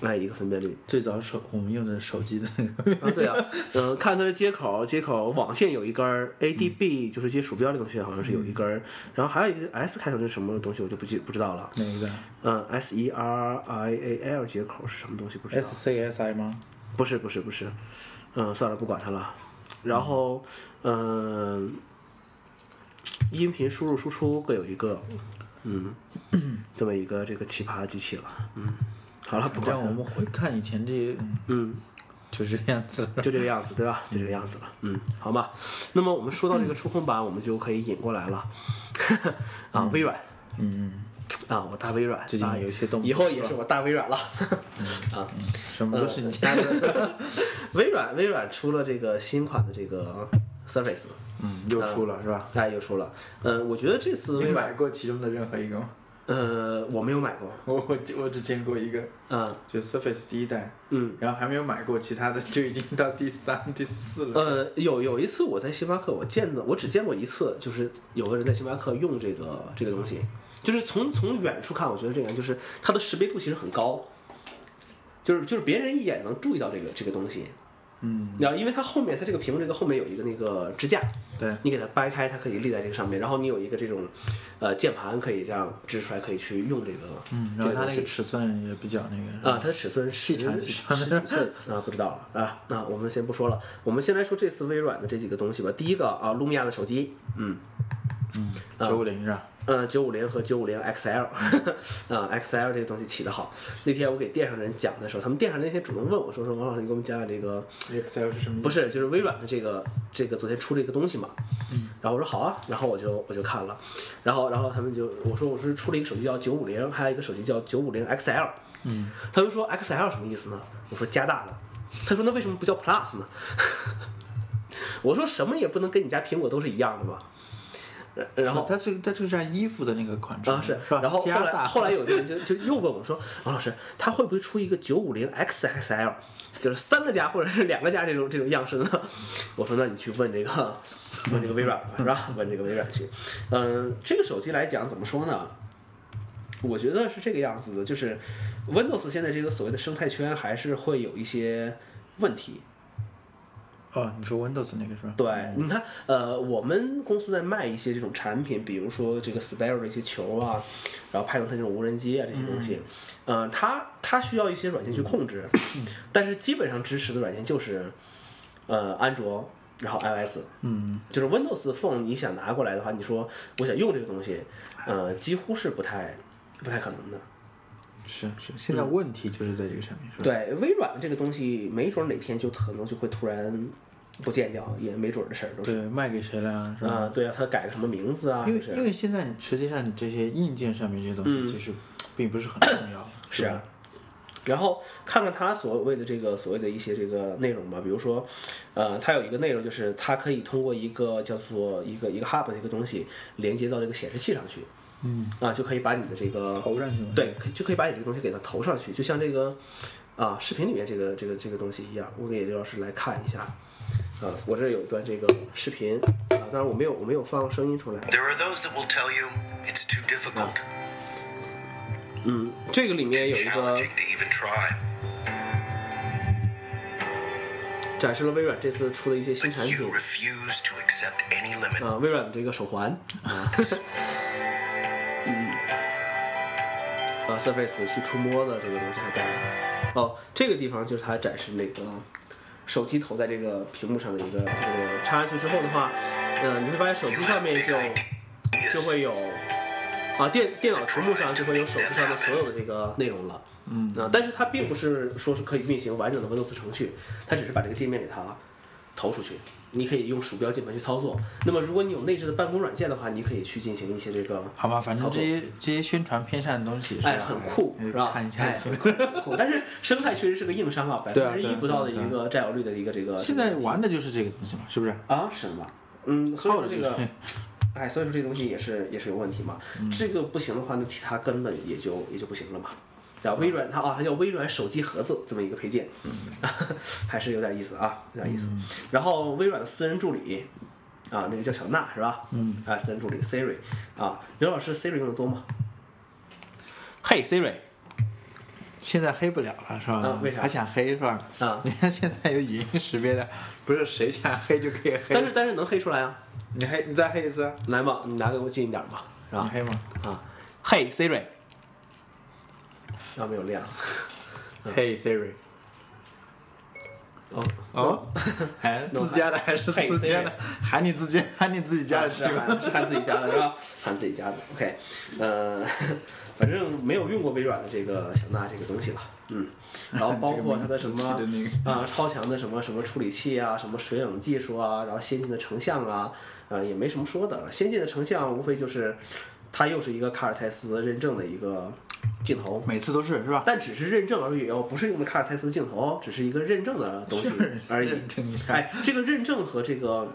哎，一个分辨率，最早手我们用的手机的那个，啊，对啊，嗯、看它的接口，接口网线有一根儿，ADB 就是接鼠标这东西，好像是有一根儿，然后还有一个 S 开头是什么东西，我就不记不知道了。哪一个嗯，S E R I A L 接口是什么东西？不知道。 ？SCSI 吗？不是不是不是，嗯，算了，不管它了。然后，嗯、音频输入输出各有一个，嗯，这么一个这个奇葩机器了，嗯，好了，不管让我了，们回看以前这，嗯，就这个样子。 [laughs] 就这个样子，对吧？就这个样子了，嗯，好吧。那么我们说到这个触控板，我们就可以引过来了， [laughs] 啊，微软，嗯，啊，我大微软，最近啊有一些动作以后也是我大微软 [laughs] 了，啊，什么都是你呃家的， [laughs] 微软，微软出了这个新款的这个 Surface，啊嗯，又出了是吧？哎，又出了，呃，我觉得这次 [laughs] 你微买软，过其中的任何一个吗？ [laughs] 呃，我没有买过，我我我只见过一个，嗯就 Surface 第一代，嗯，然后还没有买过其他的，就已经到第三、 [laughs] 第四了。呃，有有一次我在星巴克，我见的我只见过一次，就是有个人在星巴克用这个这个东西，就是从从远处看，我觉得这个人就是它的识别度其实很高，就是就是别人一眼能注意到这个这个东西，嗯，然后因为它后面它这个屏幕这个后面有一个那个支架，对，你给它掰开，它可以立在这个上面，然后你有一个这种呃键盘可以这样支出来，可以去用这个，嗯，这然后它东那西个尺寸也比较那个，啊，它的尺寸细长细细长长十几寸啊，不知道了啊。那我们先不说了，我们先来说这次微软的这几个东西吧。第一个啊，路米亚的手机，嗯，九五零是吧？呃，九五零和九五零 XL，啊，XL 这个东西起得好。那天我给店上人讲的时候，他们店上那天主动问我说说王老师，你给我们讲讲这个 Excel 是什么意思？不是，就是微软的这个这个昨天出了一个东西嘛，然后我说好啊，然后我就我就看了，然后然后他们就我说我是出了一个手机叫九五零，还有一个手机叫九五零 XL，嗯，他们说 XL 什么意思呢？我说加大的，他说那为什么不叫 Plus 呢？ [laughs] 我说什么也不能跟你家苹果都是一样的嘛，然然后它这它就是按衣服的那个款式啊是，吧？然后后加来大后来有一个人就就又问我说，王老师，他会不会出一个九五零 XXL，就是三个加或者是两个加这种这种样式呢？ [laughs] 我说那你去问这个问这个微软吧，是吧？问这个微软去。嗯，这个手机来讲怎么说呢？我觉得是这个样子的，就是 Windows 现在这个所谓的生态圈还是会有一些问题。哦，你说 Windows 那个是吧？对，你看，呃，我们公司在卖一些这种产品，比如说这个 Sparrow 的一些球啊，然后派用它这种无人机啊这些东西，嗯呃，它它需要一些软件去控制， [coughs] 但是基本上支持的软件就是，呃，安卓，然后 iOS，嗯，就是 Windows Phone，你想拿过来的话，你说我想用这个东西，哎呃，几乎是不太不太可能嗯的。是是，现在问题就是在这个上面，是吧？对，微软这个东西，没准哪天就可能就会突然不见掉，也没准的事儿都是。对，卖给谁了呀？是吧？啊，对啊，他改个什么名字啊？嗯因为是因为现在你实际上你这些硬件上面这些东西其实并不是很重要，是吧啊。然后看看它所谓的这个所谓的一些这个内容吧，比如说，呃，它有一个内容就是它可以通过一个叫做一个一个 hub 的一个东西连接到这个显示器上去，嗯，啊，就可以把你的这个投上去吗？对，可以就可以把你这个东西给它投上去，就像这个啊视频里面这个这个这个东西一样。我给刘老师来看一下，啊，我这有一段这个视频啊，当然我没有我没有放声音出来， There are those that will tell you it's too difficult, 嗯，这个里面有一个 challenging to even try. 展示了微软这次出的一些新产 But 品 you。refuse to accept any limit. 啊，微软的这个手环啊，嗯，啊，Surface 去触摸的这个东西还带了。哦，这个地方就是它展示那个手机投在这个屏幕上的一个这个插上去之后的话，嗯、你会发现手机 You 上 have 面 big 就就 ideas. 会有啊电电脑屏幕上就会有手机上的所有的这个内容了。嗯啊，但是它并不是说是可以运行完整的 Windows 程序，它只是把这个界面给它投出去，你可以用鼠标、键盘去操作。那么，如果你有内置的办公软件的话，你可以去进行一些这个好吧，嗯反操正这作些这些宣传片上的东西，是吧哎，很酷，哎是吧？看一下哎行很。酷很酷但是生态确实是个硬伤啊，百对啊分之对一啊不到的对啊一个占有率的一个这个。现在玩的就是这个东西嘛，是不是？啊，是吗？嗯，所以靠说着这就个是，哎，所以说这东西也是也是有问题嘛。这个不行的话，那其他根本也就也就不行了嘛。然后微软它啊，它叫微软手机盒子这么一个配件， [laughs] 还是有点意思啊，有点意思。然后微软的私人助理啊，那个叫小娜是吧？嗯，啊，私人助理 Siri 啊，刘老师 Siri 用的多吗？嘿 Siri 现在黑不了了，是吧？啊为啥还想黑是吧？ [laughs] 啊你看现在有语音识别的，不是谁想黑就可以但黑。是但是能黑出来啊，你黑，你再黑一次啊，来嘛，你拿给我近一点嘛，是吧？你黑吗？啊，嘿 Siri，啊没有亮，嘿 Siri，哦， [laughs] 哦，还自家的还是自家的，喊你自己 [laughs] 喊你自己家的是啊吃吧。喊是喊自己家的是吧？喊自己家的，OK，呃，反正没有用过微软的这个小娜这个东西了，嗯，然后包括它的什这个么名字起啊、超强的什么什么处理器啊，什么水冷技术啊，然后先进的成像啊，呃，也没什么说的了。先进的成像无非就是它又是一个卡尔蔡司认证的一个镜头，每次都是是吧？但只是认证而已哦，不是用的卡尔蔡司镜头哦，只是一个认证的东西是而已认证一。下哎，这个认证和这个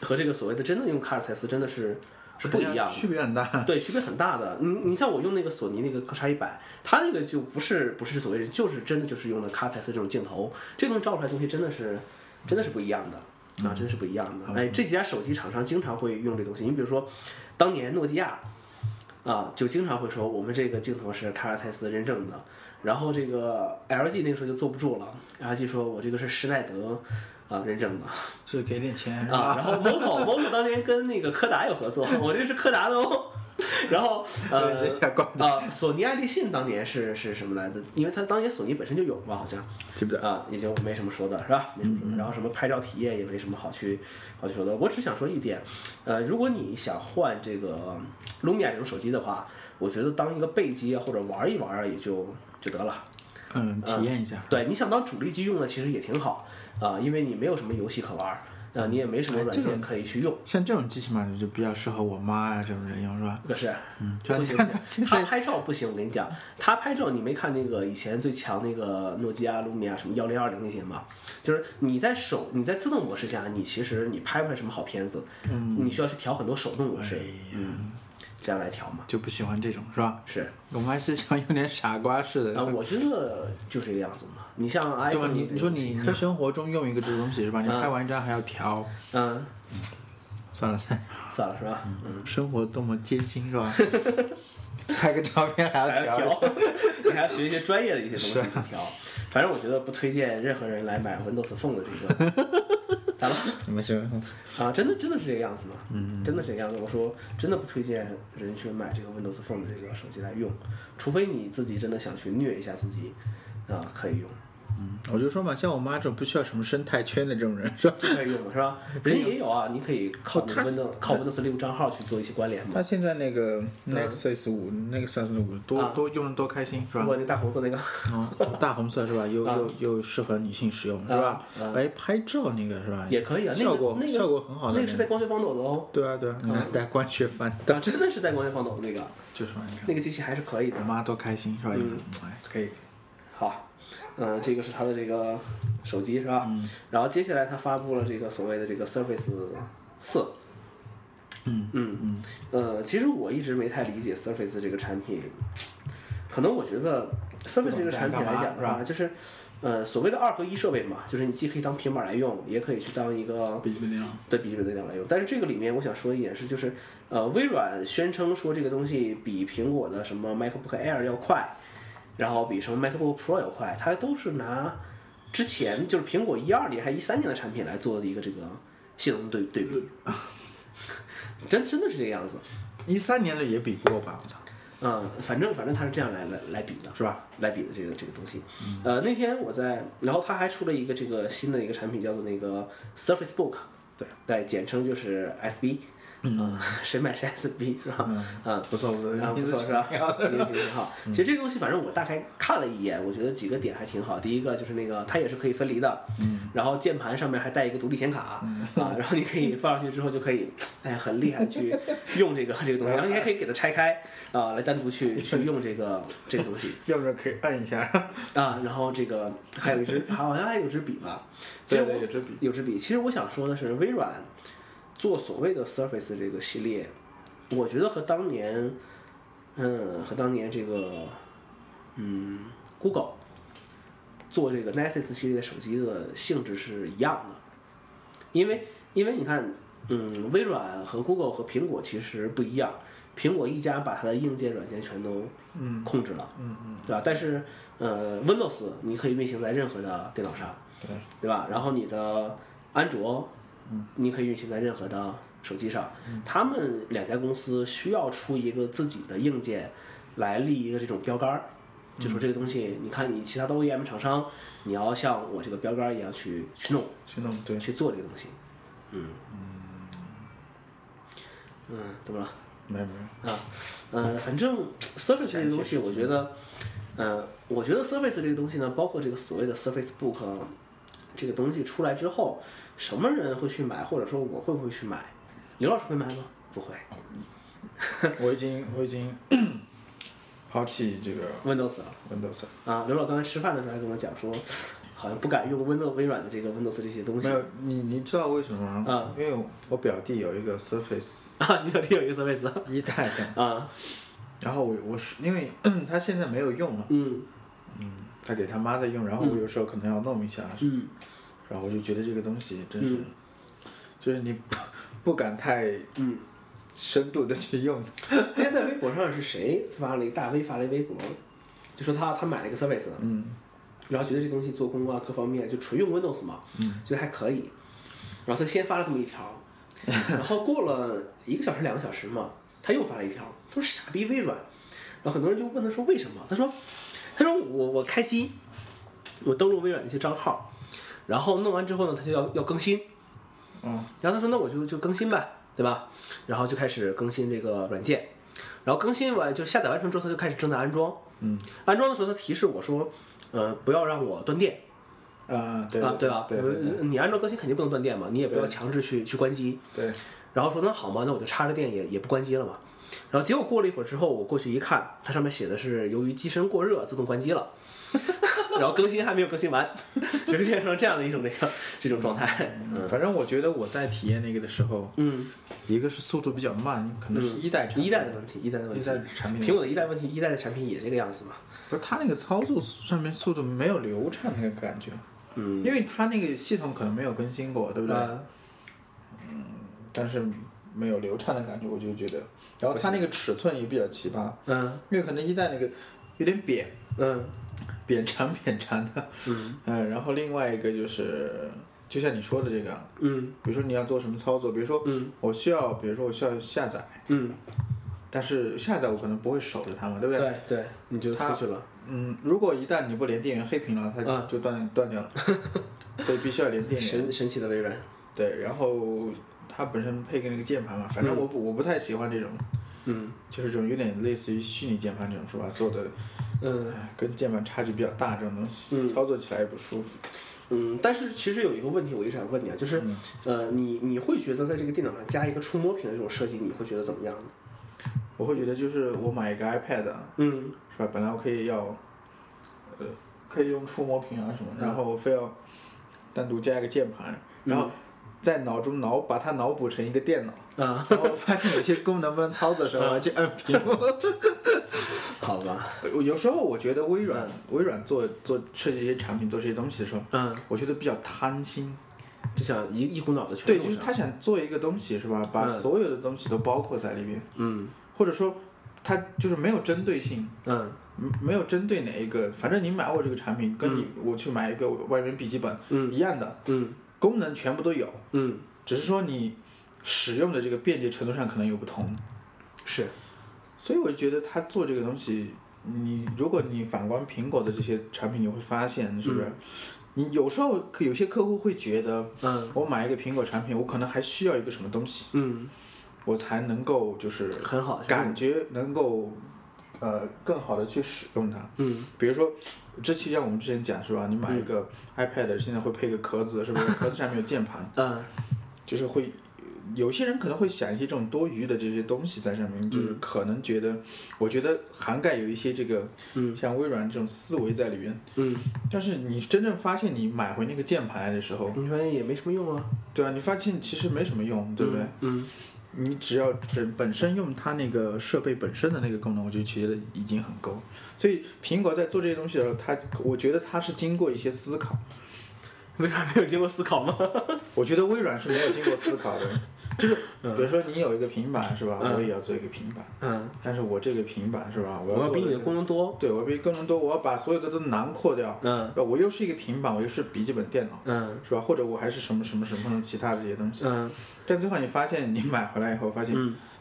和这个所谓的真的用卡尔蔡司真的是是不一样的。区别很大。对，区别很大的。你你像我用那个索尼那个柯叉一百，它那个就不是不是所谓的，就是真的就是用的卡尔蔡司这种镜头，这东西照出来的东西真的是真的是不一样的啊，真是不一样的。哎，这几家手机厂商经常会用这东西。你比如说，当年诺基亚啊，就经常会说我们这个镜头是卡尔蔡司认证的。然后这个 LG 那个时候就坐不住了，LG 说我这个是施耐德啊认证的是给点钱是啊。吧？然后 Moto Moto 当年跟那个柯达有合作，我这是柯达的哦。然后呃这下挂的啊，索尼爱立信当年是是什么来的？因为它当年索尼本身就有吧，好像。记不得。啊，也就没什么说的，是吧？没什么嗯说的。然后什么拍照体验也没什么好去好去说的。我只想说一点，呃，如果你想换这个 Lumia 这种手机的话，我觉得当一个备机啊，或者玩一玩啊，也就就得了。嗯，体验一下。对你想当主力机用呢，其实也挺好啊、因为你没有什么游戏可玩，啊、你也没什么软哎这件种可以去用。像这种机器嘛，就比较适合我妈啊呀、这种人用是吧？可是，嗯就不行不你看他行，现他在拍照不行，我跟你讲，他拍照你没看那个以前最强那个诺基亚、卢米亚什么幺零二零那些吗？就是你在手你在自动模式下，你其实你拍不出来什么好片子，嗯你需要去调很多手动模式，嗯，这样来调嘛，哎就不喜欢这种是吧？是。我们还是想用点傻瓜式的。啊，我觉得就这个样子嘛。你像对吧？ iPhone，你你说你你生活中用一个这个东西是吧？你嗯拍完一张还要调，嗯，算了算了，算了是吧？嗯， [laughs] 生活多么艰辛是吧？ [laughs] 拍个照片还还要要调一下，调，你还要学一些专业的一些东西去调。反正我觉得不推荐任何人来买 Windows Phone 的这 [laughs] 个。咋了？ [laughs] 没事，啊，真的真的是这个样子吗？嗯，真的是这个样子。我说真的不推荐人去买这个 Windows Phone 的这个手机来用，除非你自己真的想去虐一下自己，啊，可以用，我就说嘛，像我妈这种不需要什么生态圈的这种人是吧？这可以用嘛，是 [laughs] 吧？人家也有啊，你可以靠你的哦它是 Windows 靠 Windows 六账号去做一些关联嘛她。现在那个 Nexus 五、Nexus 五多、嗯啊多用着多开心是吧？我那大红色那个， [laughs] 嗯，大红色是吧？又、又又适合女性使用是吧？啊哎，拍照那个是吧？也可以啊，那效个果、那个效果很好的、那个是在光学防抖的哦，对啊对啊，你看 [laughs] 带光学翻啊档，真的是在光学防抖的那个，就是嘛，你看那个机器还是可以的我。妈多开心是吧？嗯哎，可以。好，嗯、这个是它的这个手机是吧？然后接下来它发布了这个所谓的这个 Surface 四。嗯嗯嗯，呃，其实我一直没太理解 Surface 这个产品，可能我觉得 Surface 这个产品来讲的干嘛话，就是呃所谓的二合一设备嘛，就是你既可以当平板来用，也可以去当一个笔记本电脑，对笔记本电脑来用。但是这个里面我想说一点是，就是呃，微软宣称说这个东西比苹果的什么 MacBook Air 要快，然后比什么 MacBook Pro 要快，它都是拿之前就是苹果一二年还一三年的产品来做的一个这个性能对对比，呃 [laughs] 真真的是这个样子。一三年的也比不过吧？我操，嗯，反正反正它是这样来来来比的，是吧？来比的这个这个东西。呃，那天我在，然后它还出了一个这个新的一个产品，叫做那个 Surface Book，对对，简称就是 SB。嗯，谁买谁 SB 是吧？嗯，啊，不错不错啊，不名字错起是吧？ [laughs] 名字挺好。其实这个东西，反正我大概看了一眼，我觉得几个点还挺好。第一个就是那个它也是可以分离的，嗯，然后键盘上面还带一个独立显卡啊，然后你可以放上去之后就可以，哎，很厉害地去用这个这 [laughs] 个东西，然后你还可以给它拆开啊，来单独去去用这个这个东西。要不然可以按一下。 [laughs] 啊，然后这个还有一支，好像还有支笔吧？其对实对我有支笔有支笔。其实我想说的是，微软做所谓的 Surface 这个系列，我觉得和当年，嗯，和当年这个，嗯，Google 做这个 Nexus 系列的手机的性质是一样的，因为因为你看，嗯，微软和 Google 和苹果其实不一样，苹果一家把它的硬件、软件全都控制了，嗯嗯，对吧？但是呃，Windows 你可以运行在任何的电脑上，对，对吧？然后你的安卓，你可以运行在任何的手机上。他们两家公司需要出一个自己的硬件来立一个这种标杆儿，就说这个东西，你看你其他的 OEM 厂商，你要像我这个标杆一样去去弄，去弄对，去做这个东西。嗯嗯，怎么了？没有没有，啊，呃，反正 Surface 这个东西，我觉得，呃，我觉得 Surface 这个东西呢，包括这个所谓的 Surface Book 啊这个东西出来之后，什么人会去买，或者说我会不会去买？刘老师会买吗？不会我 [laughs] 已经我已经 [coughs] 抛弃这个，Windows 了 Windows 了。啊。刘老刚才吃饭的时候还跟我讲说，好像不敢用 Windows 微软的这个 Windows 这些东西没有你，你知道为什么吗？嗯因为我表弟有一个 Surface 啊。你有挺有意思，Surface 一代的，啊，然后我我是因为 [clears throat] 他现在没有用了，嗯他给他妈在用，然后我有时候可能要弄一下，嗯然后我就觉得这个东西真是，嗯就是你不 [laughs] 不敢太嗯。深度的去用，那天在微博上是谁发了一大 V 发了一微博，就说他他买了一个 Surface，嗯，然后觉得这东西做工啊各方面就纯用 Windows 嘛，嗯觉得还可以，然后他先发了这么一 [laughs] 条，然后过了一个小时两个小时嘛，他又发了一条，他说傻逼微软，然后很多人就问他说为什么，他说他说我我开机，我登录微软那些账号，然后弄完之后呢，他就要要更新，嗯，然后他说那我就就更新呗，对吧？然后就开始更新这个软件，然后更新完就下载完成之后，他就开始正在安装，嗯，安装的时候他提示我说，呃，不要让我断电啊，对啊，对吧？对对对呃你安装更新肯定不能断电嘛，你也不要对强制去去关机，对，然后说那好嘛，那我就插着电也也不关机了嘛。然后结果过了一会儿之后，我过去一看，它上面写的是由于机身过热自动关机了， [laughs] 然后更新还没有更新完， [laughs] 就是变成这样的一种这个这种状态。嗯反正我觉得我在体验那个的时候，嗯，一个是速度比较慢，可能是一代产品一代的问题，一代的问题，一代的产品苹果的一代问题，一代的产品也这个样子嘛。不是它那个操作上面速度没有流畅那个感觉，嗯，因为它那个系统可能没有更新过，对不对？啊但是没有流畅的感觉，我就觉得。然后它那个尺寸也比较奇葩，嗯因为可能一代那个有点扁，嗯扁长扁长的。嗯嗯，然后另外一个就是，就像你说的这个，嗯比如说你要做什么操作，比如说嗯我需要，比如说我需要下载，嗯，但是下载我可能不会守着它嘛，对不对？对对，你就出去了。嗯，如果一旦你不连电源黑屏了，它嗯就断、[laughs] 断掉了，所以必须要连电源神。神奇的微软，对，然后它本身配个那个键盘嘛，反正我不、我不太喜欢这种，嗯就是这种有点类似于虚拟键盘这种是吧？做的嗯。哎跟键盘差距比较大这种东西，嗯操作起来也不舒服。嗯，但是其实有一个问题，我一直想问你啊，就是，呃，你你会觉得在这个电脑上加一个触摸屏的这种设计，你会觉得怎么样呢？我会觉得就是我买一个 iPad 啊嗯是吧？本来我可以要，呃，可以用触摸屏啊什嗯么，然后我非要单独加一个键盘，然后在脑中脑把它脑补成一个电脑。啊，然后发现有些功能不能操作 [laughs] 的时候，我要去按屏幕。好吧，我有时候我觉得微软，微软做做设计这些产品、做这些东西的时候，嗯，我觉得比较贪心。就想一一股脑的全对，弄就是上他想做一个东西是吧？把嗯所有的东西都包括在里边，嗯或者说他就是没有针对性，嗯没没有针对哪一个。反正你买我这个产品，跟你我去买一个外面笔记本嗯一样的，嗯功能全部都有，嗯，只是说你使用的这个便捷程度上可能有不同。是，所以我就觉得他做这个东西，你如果你反观苹果的这些产品，你会发现是不是？你有时候可有些客户会觉得，嗯我买一个苹果产品，我可能还需要一个什么东西，嗯，我才能够就是很好，是吧感觉能够呃更好的去使用它。嗯比如说，之前像我们之前讲是吧？你买一个 iPad，现在会配个壳子，是不是？壳子上面有键盘，嗯就是会有些人可能会想一些这种多余的这些东西在上面，就是可能觉得，我觉得涵盖有一些这个，嗯像微软这种思维在里边。嗯，但是你真正发现你买回那个键盘来的时候，你发现也没什么用啊，对啊，你发现其实没什么用，对不对？嗯你只要本本身用它那个设备本身的那个功能，我就觉得已经很够。所以苹果在做这些东西的时候，它我觉得它是经过一些思考。微软没有经过思 [laughs] 考吗？我觉得微软是没有经过思考的，就是 [laughs] 比如说你有一个平板是吧？嗯我也要做一个平板，嗯，但是我这个平板是吧？我我要要做比你的这个功能多，对我比更多，我要把所有的都囊括掉。呃嗯我又是一个平板，我又是笔记本电脑，嗯是吧？或者我还是什么什么什么什么其他的这些东西。嗯但最后你发现，你买回来以后发现，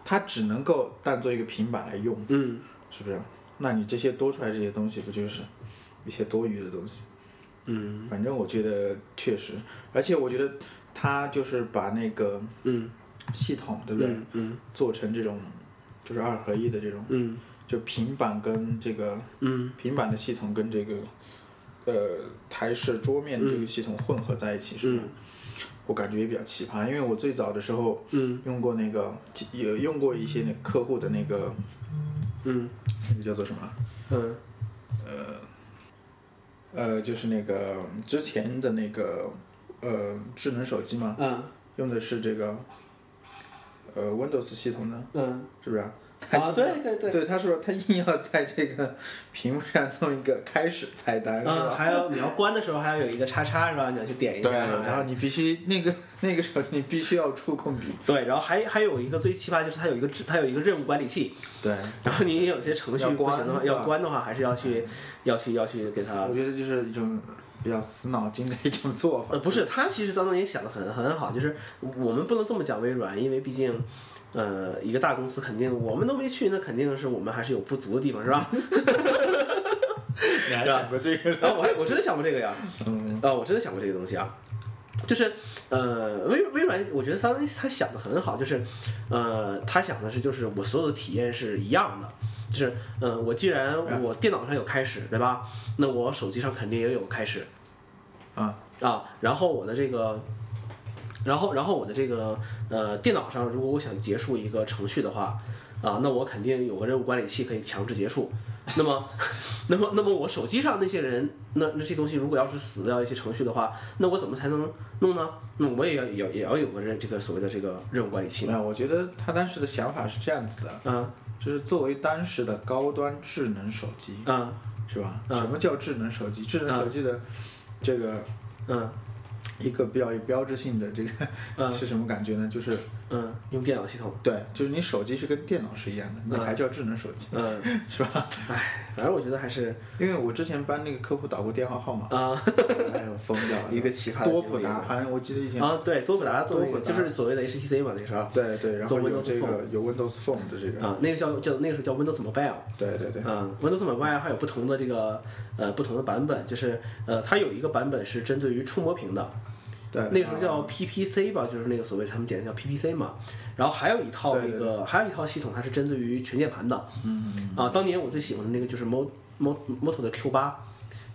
它只能够当做一个平板来用，嗯是不是？那你这些多出来这些东西不就是一些多余的东西？嗯反正我觉得确实，而且我觉得他就是把那个嗯系统，对不对？嗯嗯做成这种就是二合一的这种，嗯就平板跟这个嗯平板的系统跟这个呃台式桌面这个系统混合在一起，是吧？嗯我感觉也比较奇葩，因为我最早的时候嗯用过那个，也用过一些那客户的那个 [laughs] 嗯那个叫做什么？嗯呃，就是那个之前的那个呃智能手机嘛，嗯用的是这个呃 Windows 系统的，嗯是不是啊？啊，对对对， [laughs] 对，他说他硬要在这个屏幕上弄一个开始菜单，是啊，吧？还有你要关的时候还要有一个叉叉是吧？你要去点一下，然后你必须 [laughs] 那个那个手机你必须要触控笔，对，然后还还有一个最奇葩就是它有一个制它有一个任务管理器，对，然后你有些程序要不关行的话是吧要关的话，还是要去要去要去给它嗯我。觉得就是一种比较死脑筋的一种做法呃，，不是，他其实当中也想的很很好，就是我们不能这么讲微软，因为毕竟，呃，一个大公司肯定我们都没去，那肯定是我们还是有不足的地方，是吧？ [laughs] 你还想过这个？然呃后我还我真的想过这个呀，嗯啊，我真的想过这个东西啊，就是呃，微微软，我觉得他他想的很好，就是呃，他想的是就是我所有的体验是一样的，就是呃，我既然我电脑上有开始，对吧？那我手机上肯定也有开始啊，啊，然后我的这个。然后，然后我的这个呃电脑上，如果我想结束一个程序的话，啊，那我肯定有个任务管理器可以强制结束。那么， [laughs] 那么，那么我手机上那些人，那那些东西如果要是死掉一些程序的话，那我怎么才能弄呢？那我也要也要也要有个任这个所谓的这个任务管理器没嘛。有，我觉得他当时的想法是这样子的，嗯就是作为当时的高端智能手机，嗯是吧？嗯什么叫智能手机？智能手机的这个嗯一个比较有标志性的这个、嗯 [laughs] 是什么感觉呢？就是嗯，用电脑系统。对，就是你手机是跟电脑是一样的，你才叫智能手机，嗯， [laughs] 是吧？唉，反正我觉得还是因为我之前帮那个客户打过电话号码，啊哎呦疯掉了，一个奇葩的多经普历达，好像我记得以前。啊，对，多普达做那多个普达就是所谓的 HTC 嘛，那时候对对，然后做有 Windows 这个 Phone 有 Windows Phone 的这个，啊，那个叫叫那个时候叫 Windows Mobile。对对对，嗯，Windows Mobile 还有不同的这个呃不同的版本，就是呃它有一个版本是针对于触摸屏的，对那个时候叫啊 PPC 吧，就是那个所谓他们简称叫 PPC 嘛。然后还有一套那对对个还有一套系统，它是针对于全键盘的。嗯啊，当年我最喜欢的那个就是 Mo Mo Moto 的 Q 八，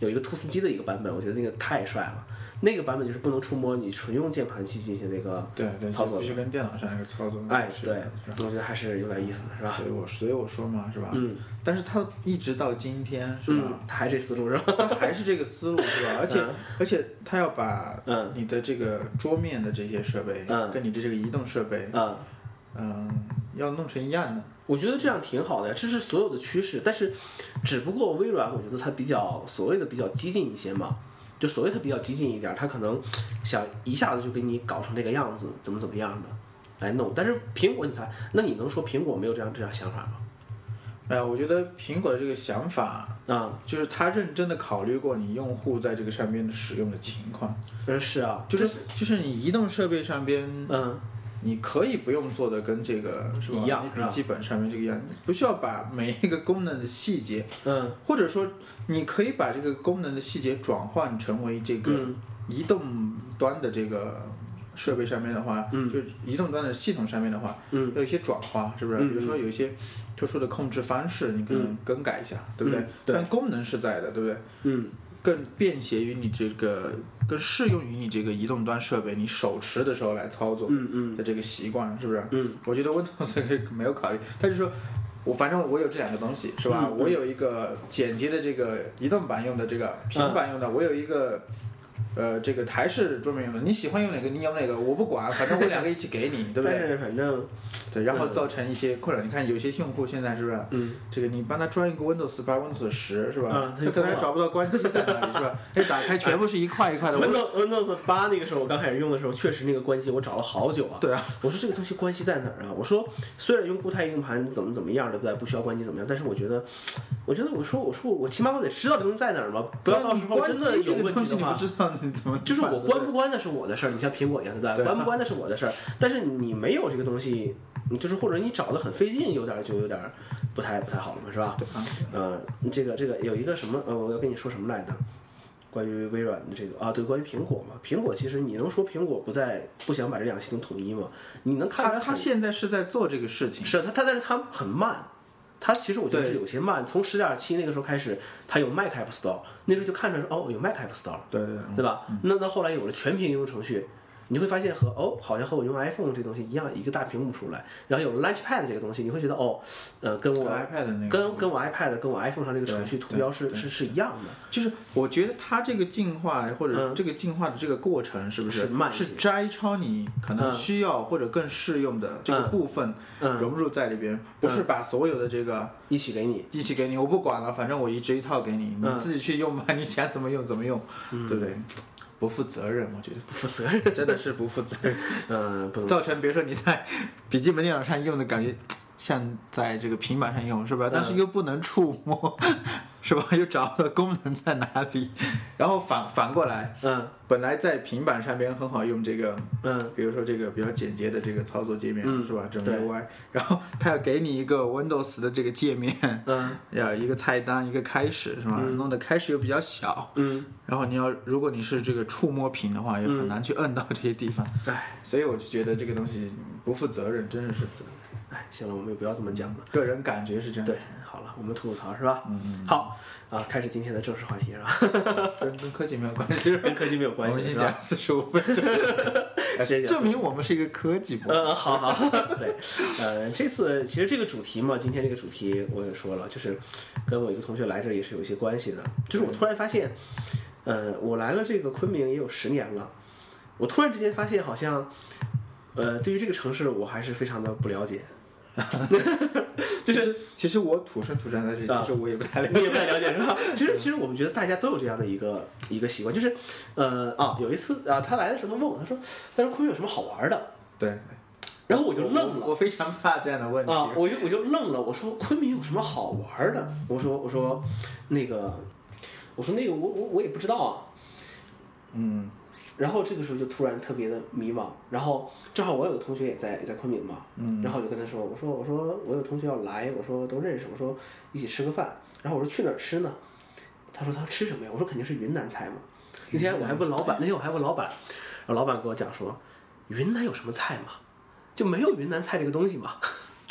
有一个突斯基的一个版本，我觉得那个太帅了。那个版本就是不能触摸，你纯用键盘去进行这个对对，操就作必须的。跟电脑上那个操作哎，是对的是吧，我觉得还是有点意思的，是吧所？以我所以我说嘛，是吧？嗯，但是他一直到今天是吧嗯？，还这思路是吧？他还是这个思路是吧？而且、嗯而且他要把嗯你的这个桌面的这些设备，嗯跟你的这个移动设备，嗯、嗯。要弄成一样的。我觉得这样挺好的呀，这是所有的趋势。但是，只不过微软，我觉得它比较所谓的比较激进一些嘛，就所谓它比较激进一点，它可能想一下子就给你搞成这个样子，怎么怎么样的来弄。但是苹果，你看，那你能说苹果没有这样这样想法吗？哎呀，我觉得苹果的这个想法，啊、就是他认真的考虑过你用户在这个上边的使用的情况，嗯，是啊，就是就是你移动设备上边，嗯你可以不用做的跟这个是吧一样你是吧笔记本上面这个样子，不需要把每一个功能的细节，嗯或者说你可以把这个功能的细节转换成为这个。嗯移动端的这个设备上面的话，嗯就是移动端的系统上面的话，嗯要有一些转化，是不是？嗯比如说有一些特殊的控制方式，你可能嗯更改一下，对不对？嗯对虽然功能是在的，对不对？嗯更便携于你这个，更适用于你这个移动端设备，你手持的时候来操作嗯嗯的这个习惯，是不是？嗯我觉得 Windows [laughs] 可以没有考虑，他就说。我反正我有这两个东西是吧？嗯嗯我有一个剪辑的这个移动版用的这个平板用的，嗯我有一个呃这个台式桌面用的。你喜欢用哪个，你有哪个，我不管，反正我两个一起给你，对 [laughs] 不但对？是反正对，然后造成一些困扰。你看有些用户现在是不是嗯这个你帮他装一个 Windows 八、Windows 十是吧？嗯他就他可疯能还了找不到关机在哪里是 [laughs] 吧？哎，打开全部是一块一块的。我，Windows Windows 八那个时候，我刚开始用的时候，确实那个关系我找了好久啊。对啊，我说这个东西关系在哪儿啊？我说虽然用固态硬盘怎么怎么样，对不对？不需要关机怎么样？但是我觉得，我觉得我说我说我起码我得知道这东西在哪儿嘛，不要到时候关真机的有这个问东西题你的不话。知道你怎么就是办我对不对关不关那是我的事儿，你像苹果一样，对不对？对啊关不关那是我的事儿，但是你没有这个东西，你就是或者你找的很费劲，有点儿就有点儿不太不太好了嘛，是吧？对啊，呃，这个这个有一个什么呃，我要跟你说什么来着？关于微软的这个啊，对，关于苹果嘛，苹果其实你能说苹果不在不想把这两个系统统一吗？你能看出他来他统现在是在做这个事情，是它它，但是它很慢。它其实我觉得对是有些慢，从十点七那个时候开始，它有 Mac App Store，那时候就看着说哦有 Mac App Store 了，对对嗯对吧？那那后来有了全屏应用程序，你会发现和哦好像和我用 iPhone 这东西一样，一个大屏幕出来，然后有了 Launchpad 这个东西，你会觉得哦，呃跟我跟 iPad 那个跟跟我 iPad 跟我 iPhone 上这个程序对图标是对是是一样的，就是我觉得它这个进化或者这个进化的这个过程是不是嗯是慢一些是摘抄你可能需要或者更适用的这个部分融入在里边，不是把所有的这个一起给你。一起给你，我不管了，反正我一直一套给你，你自己去用吧，你想怎么用怎么用，对不对？不负责任，我觉得负责任，嗯 [laughs] [laughs] 真的是不负责任，嗯，不能 [laughs] 造成比如说你在笔记本电脑上用的感觉像在这个平板上用是吧？但是又不能触摸，是吧？ [laughs] 又找不到功能在哪里，然后反反过来，嗯本来在平板上边很好用这个，嗯，比如说这个比较简洁的这个操作界面，嗯是吧？整个对 UI，然后它要给你一个 Windows 的这个界面，嗯， [laughs] 要一个菜单，一个开始，是吧？弄得开始又比较小，嗯，然后你要如果你是这个触摸屏的话，也很难去摁到这些地方，哎 [laughs] 所以我就觉得这个东西不负责任，真的是死。哎，行了，我们也不要这么讲了。个人感觉是这样，对，好了，我们吐吐槽是吧？嗯，好啊，开始今天的正式话题是吧？ [laughs] 跟跟科技没有关系，跟科技没有关我系，们已经是讲吧？四十五分钟， [laughs] 哎谢谢证明我们是一个科技博 [laughs] 嗯，好好，对，呃，这次其实这个主题嘛，今天这个主题我也说了，就是跟我一个同学来这儿也是有一些关系的。就是我突然发现，呃，我来了这个昆明也有十年了，我突然之间发现好像，呃，对于这个城市我还是非常的不 [laughs] 了解，其实其实我土生土长在这里，啊其实我也不太了你解。也不太了解是吧？其实其实我们觉得大家都有这样的一个一个习惯，就是呃啊，有一次啊，他来的时候他问我，他说他说昆明有什么好玩的， [laughs] 对，然后我就愣我我了。非常怕这样的问题。啊，我就我就愣了，我说昆明有什么好玩的？我说我说那个，我说那个我我我也不知道啊。嗯，然后这个时候就突然特别的迷茫，然后正好我有个同学也在也在昆明嘛，嗯然后我就跟他说，我说我说我有同学要来，我说都认识，我说一起吃个饭，然后我说去哪儿吃呢？他说他吃什么呀？我说肯定是云南菜嘛。那天我还问老板，那天我还问老板，然后老板跟我讲说，云南有什么菜吗？就没有云南菜这个东西嘛，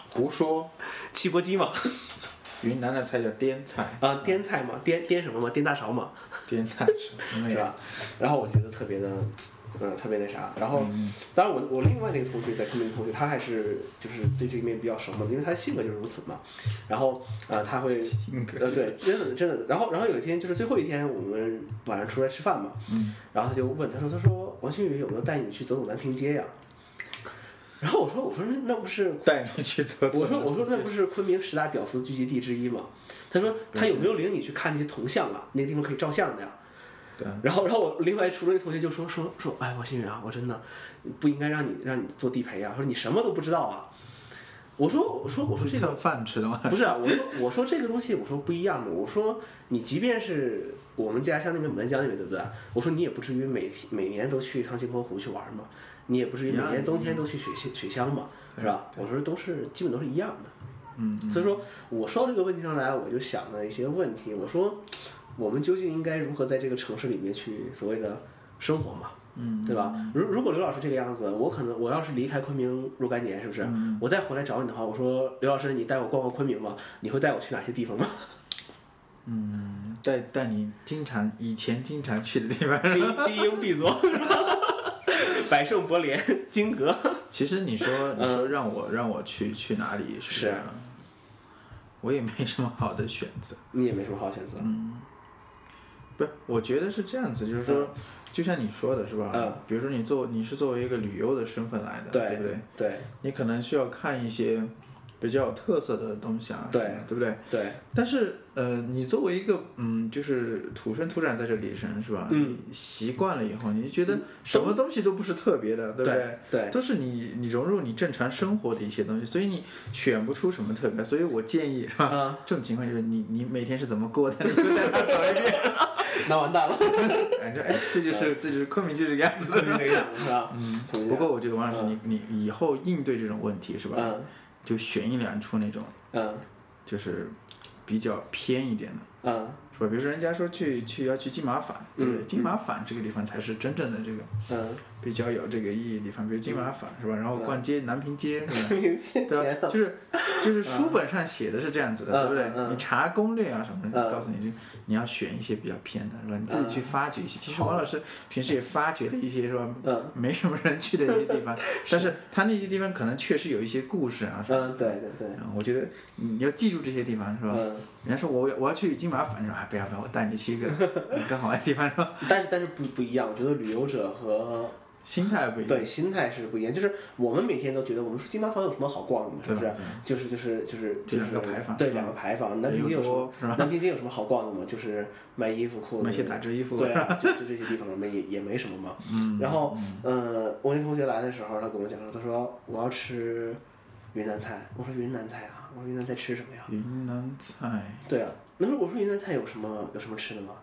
胡说，汽锅鸡嘛， [laughs] 云南的菜叫滇菜，啊滇菜嘛，滇滇什么嘛，滇大勺嘛，滇菜是什么是呀吧？？然后我觉得特别的，嗯，特别那啥。然后，当然我我另外那个同学在昆明的同学，他还是就是对这一面比较熟嘛，因为他性格就是如此嘛。然后，呃，他会，格呃，对，真的真的。然后，然后有一天就是最后一天，我们晚上出来吃饭嘛，然后他就问他说他说王新宇有没有带你去走走南平街呀？然后我说我说那那不是带你去走走。我说我说那不是昆明十大屌丝聚集地之一吗？他说他有没有领你去看那些铜像啊？那个地方可以照相的呀。对然后，然后我另外除了那同学就说说说，哎，王新宇啊，我真的不应该让你让你做地陪啊，说你什么都不知道啊。我说我说我说是这蹭个饭吃的吗？ [laughs] 不是啊，我说我说这个东西我说不一样的，我说你即便是我们家乡那边牡丹江那边对不对？我说你也不至于每天每年都去一趟镜泊湖去玩嘛，你也不至于每年冬天都去雪雪乡嘛，是吧？我说都是基本都是一样的。所以说我说到这个问题上来，我就想了一些问题。我说，我们究竟应该如何在这个城市里面去所谓的生活嘛？嗯，对吧？如如果刘老师这个样子，我可能我要是离开昆明若干年，是不是？我再回来找你的话，我说刘老师，你带我逛逛昆明吗？你会带我去哪些地方吗？ [laughs] 带带你经常以前经常去的地方。金金鹰必作，百胜博连，金阁。 [laughs] 其实你说你说让我让我去去哪里嗯是不啊是我也没什么好的选择。你也没什么好选择。不是，我觉得是这样子，就是说，就像你说的是吧？嗯比如说你作你是作为一个旅游的身份来的，对对不对？对你可能需要看一些比较有特色的东西啊，对对不对？对，但是呃，你作为一个嗯，就是土生土长在这里的人是吧？嗯，习惯了以后，你就觉得什么东西都不是特别的，对不对？对对都是你你融入你正常生活的一些东西，所以你选不出什么特别。所以我建议是吧？嗯这种情况就是你你每天是怎么过的， [laughs] 你就带他走一遍。那完蛋了，反正哎，这就是这就是昆明就是这个样 [laughs] 子昆的。明这个样子是吧？嗯，不过我觉得王老师，你你以后应对这种问题是吧？嗯就选一两处那种，嗯。就是比较偏一点的，嗯是吧？比如说人家说去去要去金马反，对不对？嗯金马反这个地方才是真正的这个嗯，比较有这个意义的地方，比如金马反是吧？然后逛街南平街是吧？[laughs] 对对吧？就是就是书本上写的是这样子的，嗯对不啊嗯对？嗯你查攻略啊什么的，嗯告诉你这你要选一些比较偏的，是吧？你自己去发掘一些。其实王老师平时也发掘了一些是吧嗯？没什么人去的一些 [laughs] 地方，但是他那些地方可能确实有一些故事啊什么的。嗯，对对对，嗯我觉得你要记住这些地方是吧？嗯。人家说我我要去金马反正啊，不要不要，我带你去一个更好玩的地方是吧？但是但是不不一样，我觉得旅游者和心态不一样。对，心态是不一样。就是我们每天都觉得，我们说金马房有什么好逛的，是不对是吧？就是就是就是这就是两个牌坊对嗯两个牌坊。南平街有什人又多么是吧？南平街有什么好逛的吗？就是卖衣服、裤子、买些打折衣服对啊，就就这些地方嘛，没也也没什么嘛。嗯。然后，嗯呃，我那同学来的时候，他跟我讲说，他说我要吃云南菜。我说云南菜啊，我说云南菜吃什么呀？云南菜，对啊，那时候我说云南菜有什么有什么吃的吗？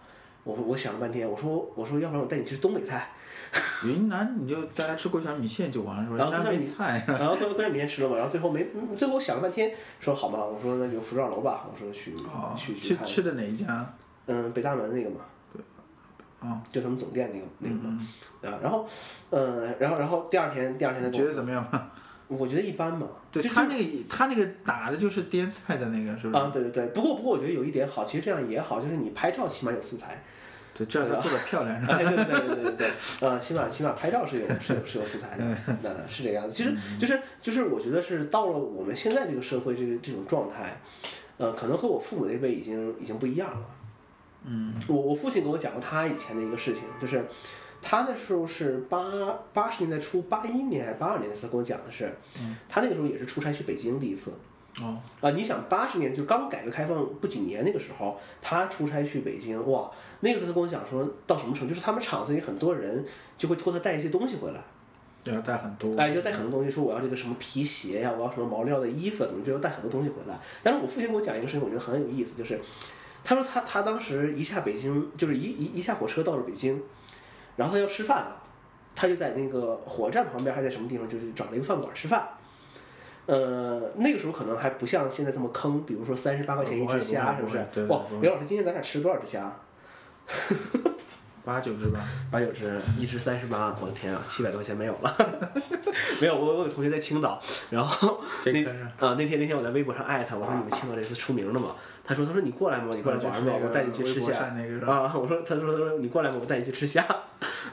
我我想了半天，我说我说要不然我带你吃东北菜。云南你就大家吃过桥米线就完了是吧？然后云南那没你菜是 [laughs] 吧？然后关关键没人吃了嘛，然后最后没，嗯最后我想了半天，说好嘛，我说那就福兆楼吧，我说去、哦，去去看，吃的哪一家？嗯，北大门那个嘛，哦，嗯就他们总店那个那个嘛，啊，然后，呃，然后然后第二天第二天他你跟觉得我，怎么样吗？我觉得一般嘛，对就他就那个他那个打的就是滇菜的那个，是不是？啊，对对对，不过不过我觉得有一点好，其实这样也好，就是你拍照起码有素材，对，这要他做的漂亮是吧？ [laughs] 哎，对对对对对对，呃，起码起码拍照是有是有是有素材 [laughs] 的，那是这个样子。其实就是就是，我觉得是到了我们现在这个社会这个这种状态，呃，可能和我父母那辈已经已经不一样了。嗯，我我父亲跟我讲过他以前的一个事情，就是他那时候是八八十年代初，八一年还是八二年的时候，他跟我讲的是，他那个时候也是出差去北京第一次。哦，啊，你想八十年就刚改革开放不几年那个时候，他出差去北京，哇，那个时候他跟我讲说到什么程度，就是他们厂子里很多人就会托他带一些东西回来，对要带很多。哎，就带很多东西，说我要这个什么皮鞋呀、我要什么毛料的衣服，啊怎么就要带很多东西回来。但是我父亲给我讲一个事情，我觉得很有意思，就是他说他他当时一下北京，就是一一一下火车到了北京，然后他要吃饭了，他就在那个火车站旁边，还在什么地方，就是找了一个饭馆吃饭。呃，那个时候可能还不像现在这么坑，比如说三十八块钱一不会只虾，是不不会是不会对？对哇不，会刘老师，今天咱俩吃了多少只虾？八九只吧，八九只，一只三十八，我的天啊，七百多块钱没有了。 [laughs] 没有，我我有同学在青岛，然后被那坑上啊、那天那天我在微博上艾特他，我说你们青岛这次出名了吗？他说他说你过来吗？你过来玩啊就是吗那？个我带你去吃微博虾上那个是吧啊！我说他说他说你过来吗？我带你去吃虾。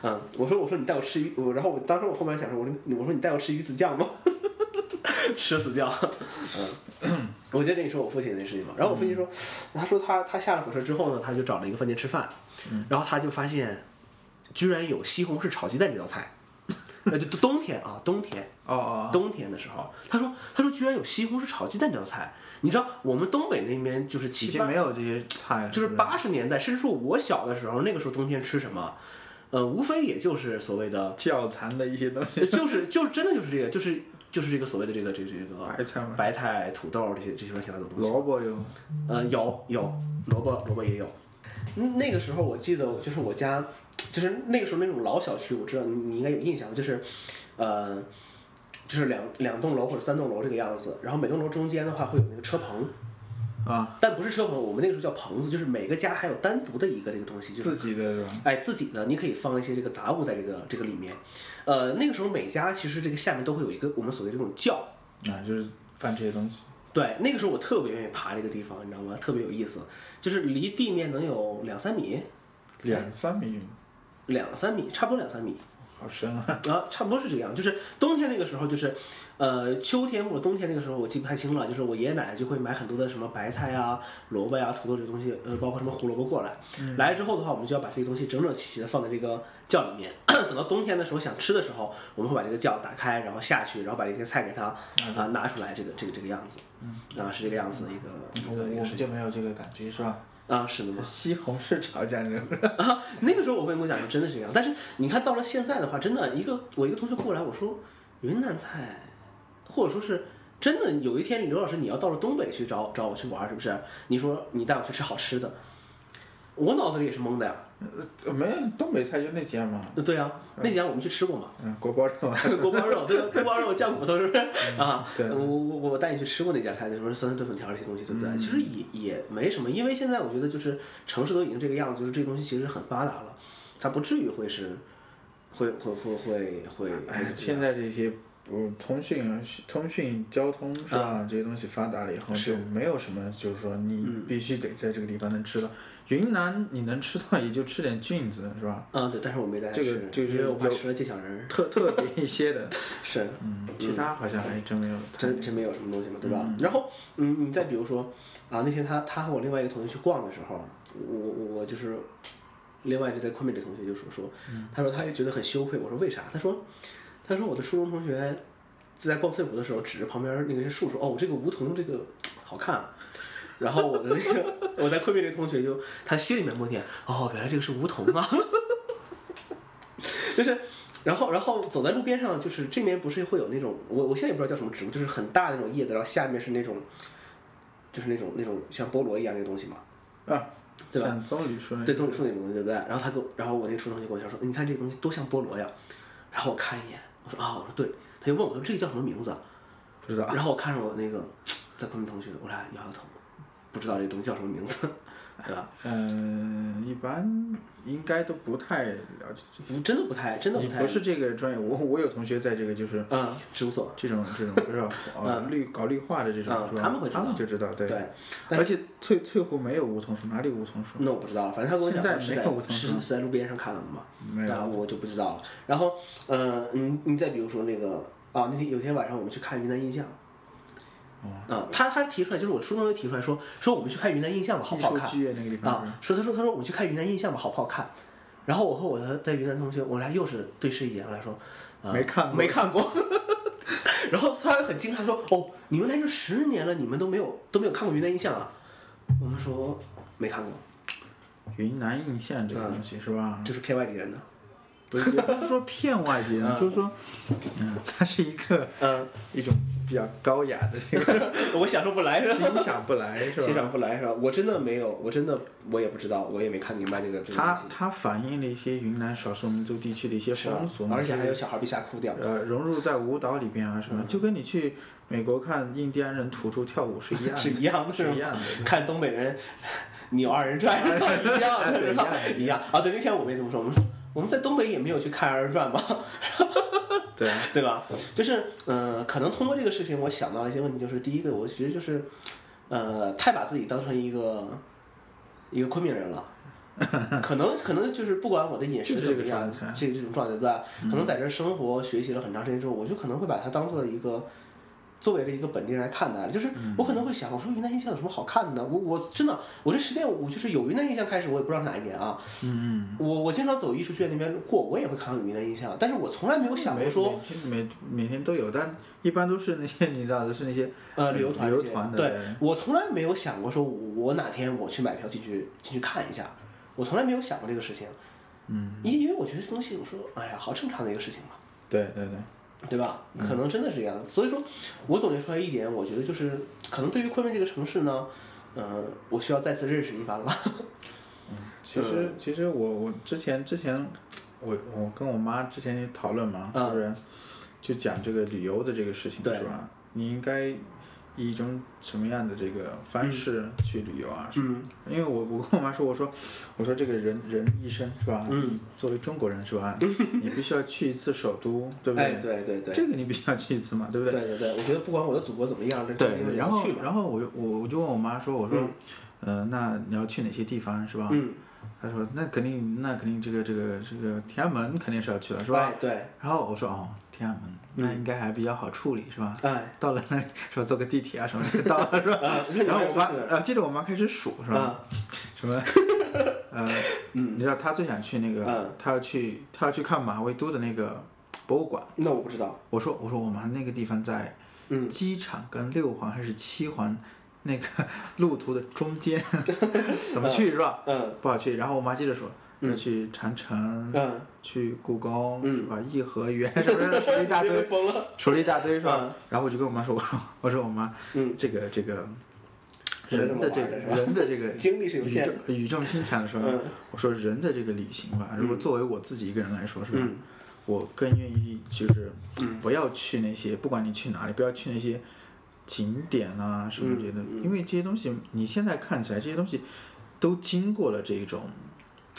嗯，我说我说你带我吃鱼，我然后我当时我后面想说，我说你我说你带我吃鱼子酱吗？ [laughs] 吃死掉。嗯，我先跟你说我父亲那事情吧。然后我父亲说，嗯他说他他下了火车之后呢，他就找了一个饭店吃饭，嗯然后他就发现，居然有西红柿炒鸡蛋这道菜， [laughs] 那就冬天啊，冬天。哦哦，冬天的时候，他说，他说居然有西红柿炒鸡蛋这道菜，你知道我们东北那边就是已七经八没嗯有这些菜了，就是不八十年代，甚至说我小的时候，那个时候冬天吃什么，呃，无非也就是所谓的，呃窖藏的一些东西，就是就是真的就是这个，就是就是这个所谓的这个这个这个白菜吗白菜、土豆这些这些乱七八糟的东西。萝卜有，呃，有有萝卜，萝卜也有。嗯那个时候我记得，就是我家，就是那个时候那种老小区，我知道你你应该有印象，就是，呃，就是两两栋楼或者三栋楼这个样子，然后每栋楼中间的话会有那个车棚，啊，但不是车棚，我们那个时候叫棚子，就是每个家还有单独的一个这个东西，就是自己的是吧？哎，自己呢，你可以放一些这个杂物在这个这个里面，呃，那个时候每家其实这个下面都会有一个我们所谓的这种窖，啊，就是放这些东西。对，那个时候我特别愿意爬这个地方，你知道吗？特别有意思，就是离地面能有两三米，两三米远，两三米，差不多两三米好深啊！啊，差不多是这个样。就是冬天那个时候，就是呃，秋天或者冬天那个时候，我记不太清了。就是我爷爷奶奶就会买很多的什么白菜啊、萝卜呀、土豆这个东西，呃，包括什么胡萝卜过来。来了之后的话，我们就要把这些东西整整齐齐的放在这个窖里面。 [clears throat] 等到冬天的时候想吃的时候，我们会把这个窖打开，然后下去，然后把这些菜给它啊、拿出来，这个这个这个样子，啊、是这个样子的一个我一个一个我事情们就没有这个感觉是吧？啊，是的吗？西红柿炒酱牛肉，啊，那个时候我会跟我讲说真的是这样，但是你看到了现在的话，真的一个我一个同学过来，我说云南菜，或者说是真的有一天刘老师你要到了东北去找找我去玩，是不是？你说你带我去吃好吃的，我脑子里也是懵的呀。呃 [laughs] 没东北菜就那家嘛，对啊，那几家我们去吃过嘛，嗯，锅包肉， [laughs] 锅包 [laughs] 肉，对吧，锅包肉酱骨头是不是啊？嗯对我我我带你去吃过那家菜，那时候酸菜炖粉条这些东西，对不嗯对？其实也也没什么，因为现在我觉得就是城市都已经这个样子，就是这东西其实很发达了，它不至于会是会会会会会哎，现在这些嗯，通讯啊、通讯、交通是吧？啊这些东西发达了以后，就没有什么，就是说你嗯必须得在这个地方能吃到。云南你能吃到也就吃点菌子是吧？啊，对，但是我没带这个吃这个因为我怕有吃了见小人儿，特特别一 [laughs] 些的，是，嗯，其他好像还真没有太。真真没有什么东西嘛，对吧？然后，嗯，你再比如说，啊，那天他他和我另外一个同学去逛的时候，我我我就是，另外一个在昆明的同学就说说，嗯他说他也觉得很羞愧，我说为啥？他说，他说我的初中同学在逛翠湖的时候指着旁边那个树说，哦，这个梧桐这个好看、啊。然后我的那个我在昆明那同学就他心里面默念，哦，原来这个是梧桐啊。就是，然后然后走在路边上，就是这面不是会有那种我我现在也不知道叫什么植物，就是很大的那种叶子，然后下面是那种，就是那种那种像菠萝一样那个东西嘛，啊，对吧像棕榈树那对，棕榈树那种东西，对不对？然后他跟我，然后我那初中就跟我讲说，你看这个东西多像菠萝呀，然后我看一眼，我说啊，我说对，他就问我说这个叫什么名字啊？不知道。然后我看着我那个在昆明同学，我俩摇摇头，不知道这东西叫什么名字， [laughs] 对吧？嗯，一般应该都不太了解这些。不，真的不太，真的你不太，不是这个专业，我我有同学在这个就是嗯，植物所，这种这种 [laughs] 不是吧？啊，绿搞绿化的这种嗯是吧？他们会知道他们就知道，对。对，但嗯而且翠翠湖没有梧桐树，哪里有梧桐树？那我不知道了，反正他跟我讲现在是没有梧桐是树是在路边上看到的嘛，没有啊，我就不知道了。然后，呃，你你再比如说那个啊，那天有天晚上我们去看云南印象，哦啊，他他提出来就是我初中就提出来说说我们去看云南印象吧，好艺不好术看？剧院那个地方是啊吧，说他说他说我们去看云南印象吧，好不好看？然后我和我的在云南同学，我俩又是对视一眼，我俩说、啊没看过没看过。 [laughs] 然后他很惊讶说：“哦，你们来这十年了，你们都没有都没有看过云南印象啊？”我们说没看过，嗯云南印象这个东西是吧？就是骗外地人的。 [laughs] 不是也不是说骗外地人， [laughs] 就是说，嗯，它是一个嗯， [laughs] 一种比较高雅的这个我享受不来是吧？欣赏不来是吧？欣赏不来是吧？我真的没有，我真的我也不知道，我也没看明白这个这个它东西它反映了一些云南少数民族地区的一些是吧风俗，而且就是还有嗯小孩被吓哭掉。呃融入在舞蹈里边啊什么，就跟你去美国看印第安人土著跳舞是一样 [laughs] 的，是一样的，啊是吗一样的。看东北人扭二人 [laughs] 转一样的，对是吧一样的一样啊！对，那天我们也这么说，我们说我们在东北也没有去看二人转吧，对啊，对吧？就是呃，可能通过这个事情，我想到了一些问题，就是第一个，我觉得就是呃，太把自己当成一个一个昆明 [laughs] 人了。可能可能就是不管我的饮食就是怎这么个样状态，嗯这这种状态对吧？可能在这儿生活学习了很长时间之后，我就可能会把它当做一个作为了一个本地人来看待了。就是嗯我可能会想，我说云南印象有什么好看的呢？我我真的我这十年我就是有云南印象开始，我也不知道哪一年啊。嗯，我我经常走艺术剧院那边过，我也会看到有云南印象，但是我从来没有想过每说每天每每天都有，但一般都是那些你知道的是那些 [laughs] 呃，旅游团嗯旅游结团的对人我从来没有想过说我，我哪天我去买票进去进去看一下，我从来没有想过这个事情。嗯，因因为我觉得这东西，我说，哎呀，好正常的一个事情嘛，对对对，对吧？嗯可能真的是这样。所以说，我总结出来一点，我觉得就是，可能对于昆明这个城市呢，呃，我需要再次认识一番 [laughs] 了。其呃实其实我我之前之前我我跟我妈之前也讨论嘛，嗯就是就讲这个旅游的这个事情对是吧？你应该以一种什么样的这个方式去旅游啊？是吧嗯因为我我跟我妈说，我说我说这个人人一生是吧？嗯你作为中国人是 [laughs] 吧？你必须要去一次首都，对不对？哎，对对对，这个你必须要去一次嘛，对不对对对，我觉得不管我的祖国怎么样，这肯定对，得然后去嘛。然后我就我我就问我妈说，我说，嗯呃，那你要去哪些地方是吧？嗯，她说那肯定那肯定这个这个这个天安门肯定是要去了是吧哎？对，嗯然后我说哦，天安门那应该还比较好处理是吧？哎，到了那里说坐个地铁啊什么就到了是吧？啊那你然后妈我说妈是呃接着我妈开始数是吧？啊， [laughs] 什么？呃，你知道她最想去那嗯个，她要去她要去看马未都的那个博物馆。那我不知道，我说我说我妈那个地方在嗯机场跟六环还是七环那个 [laughs] 路途的中间， [laughs] 怎么去是吧？嗯不好去。然后我妈接着说，要去长城，嗯，去故宫，嗯是吧？颐和园 [laughs] 什么的，说 [laughs] 了一大被堆，封了。说了一大堆是吧？嗯然后我就跟我妈说，我说我说我妈，嗯这个这个。人的这个人是吧人的这个精力是有语限的重语重心长的时候嗯，我说人的这个理性吧，如果作为我自己一个人来说，是吧嗯？我更愿意就是不要去那些，不管你去哪里，不要去那些景点啊什么这些的，因为这些东西你现在看起来，这些东西都经过了这种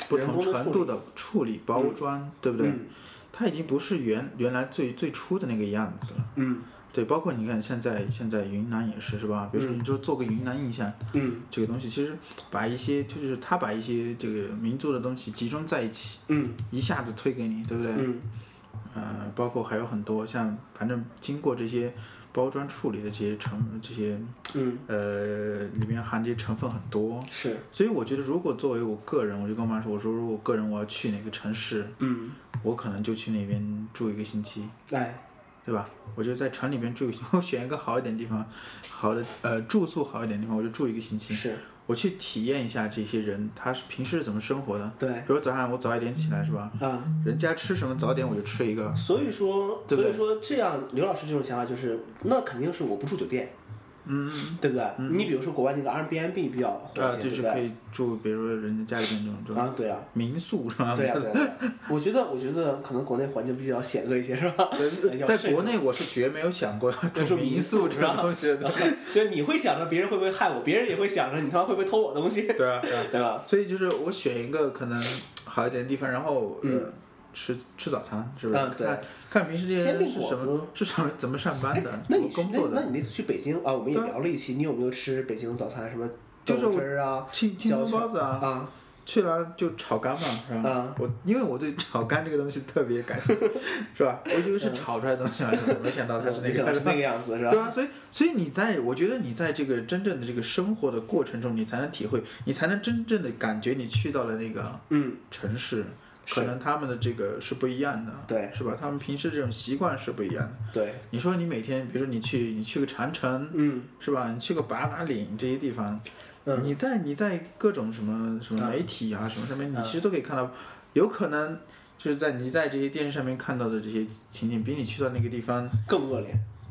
不人同工的处程度理的处理包装，对不对嗯？它已经不是原原来最最初的那个样子了。嗯对，包括你看现在现在云南也是是吧？比如说你说做个云南印象，嗯这个东西其实把一些就是他把一些这个民族的东西集中在一起，嗯一下子推给你，对不对？嗯呃，包括还有很多像反正经过这些包装处理的这些成这些嗯，呃里面含这些成分很多，是，所以我觉得如果作为我个人，我就跟我妈说，我说如果个人我要去哪个城市，嗯，我可能就去那边住一个星期，哎，对吧？我就在城里面住一， [laughs] 我选一个好一点的地方，好的呃住宿好一点的地方，我就住一个星期。是我去体验一下这些人他是平时是怎么生活的。对比如早上我早一点起来是吧？啊。人家吃什么早点我就吃一个。所以说，所对不对以说这样，刘老师这种想法就是，那肯定是我不住酒店，嗯，对不对？你比如说国外那个 Airbnb 比较火呃，一就些，对是不可对？以住，比如说人家家里面这种这种啊，对啊， [laughs] 民宿是吧？对啊，对啊。对啊我觉得，我觉得可能国内环境比较险恶一些，是吧？ [laughs] 要在慎国重内我是绝没有想过要住住民民宿这种东西的。 [laughs] 对，你会想着别人会不会害我，别人也会想着你他妈会不会偷我东西， [laughs] 对啊，对啊。对吧？所以就是我选一个可能好一点的地方，然后呃吃吃早餐，是不是嗯？对看看平时这些煎人饼是果什么是什么怎么上班的，哎那怎你么去工作那的那。你那次去北京啊，我们也对啊聊了一期，你有没有吃北京早餐？什么就是豆汁我儿啊，清清饺蒸子包子啊，啊，去了就炒肝嘛，是吧？啊我因为我对炒肝这个东西特别感兴趣， [laughs] 是吧？我以为是炒出来的东西 [laughs] 嘛，没想到它是那没想到个，是那个样子，是吧？ [laughs] 对啊，所以所以你在，我觉得你在这个真正的这个生活的过程中，你才能体会，你才能真正的感觉你去到了那个嗯，城市，是可能他们的这个是不一样的，对是吧？他们平时这种习惯是不一样的。对，你说你每天，比如说你去你去个长城，嗯，是吧？你去个八达岭这些地方，嗯你在你在各种什么什么媒体啊、什么上面，嗯你其实都可以看到，有可能就是在你在这些电视上面看到的这些情景，比你去到那个地方，更恶劣，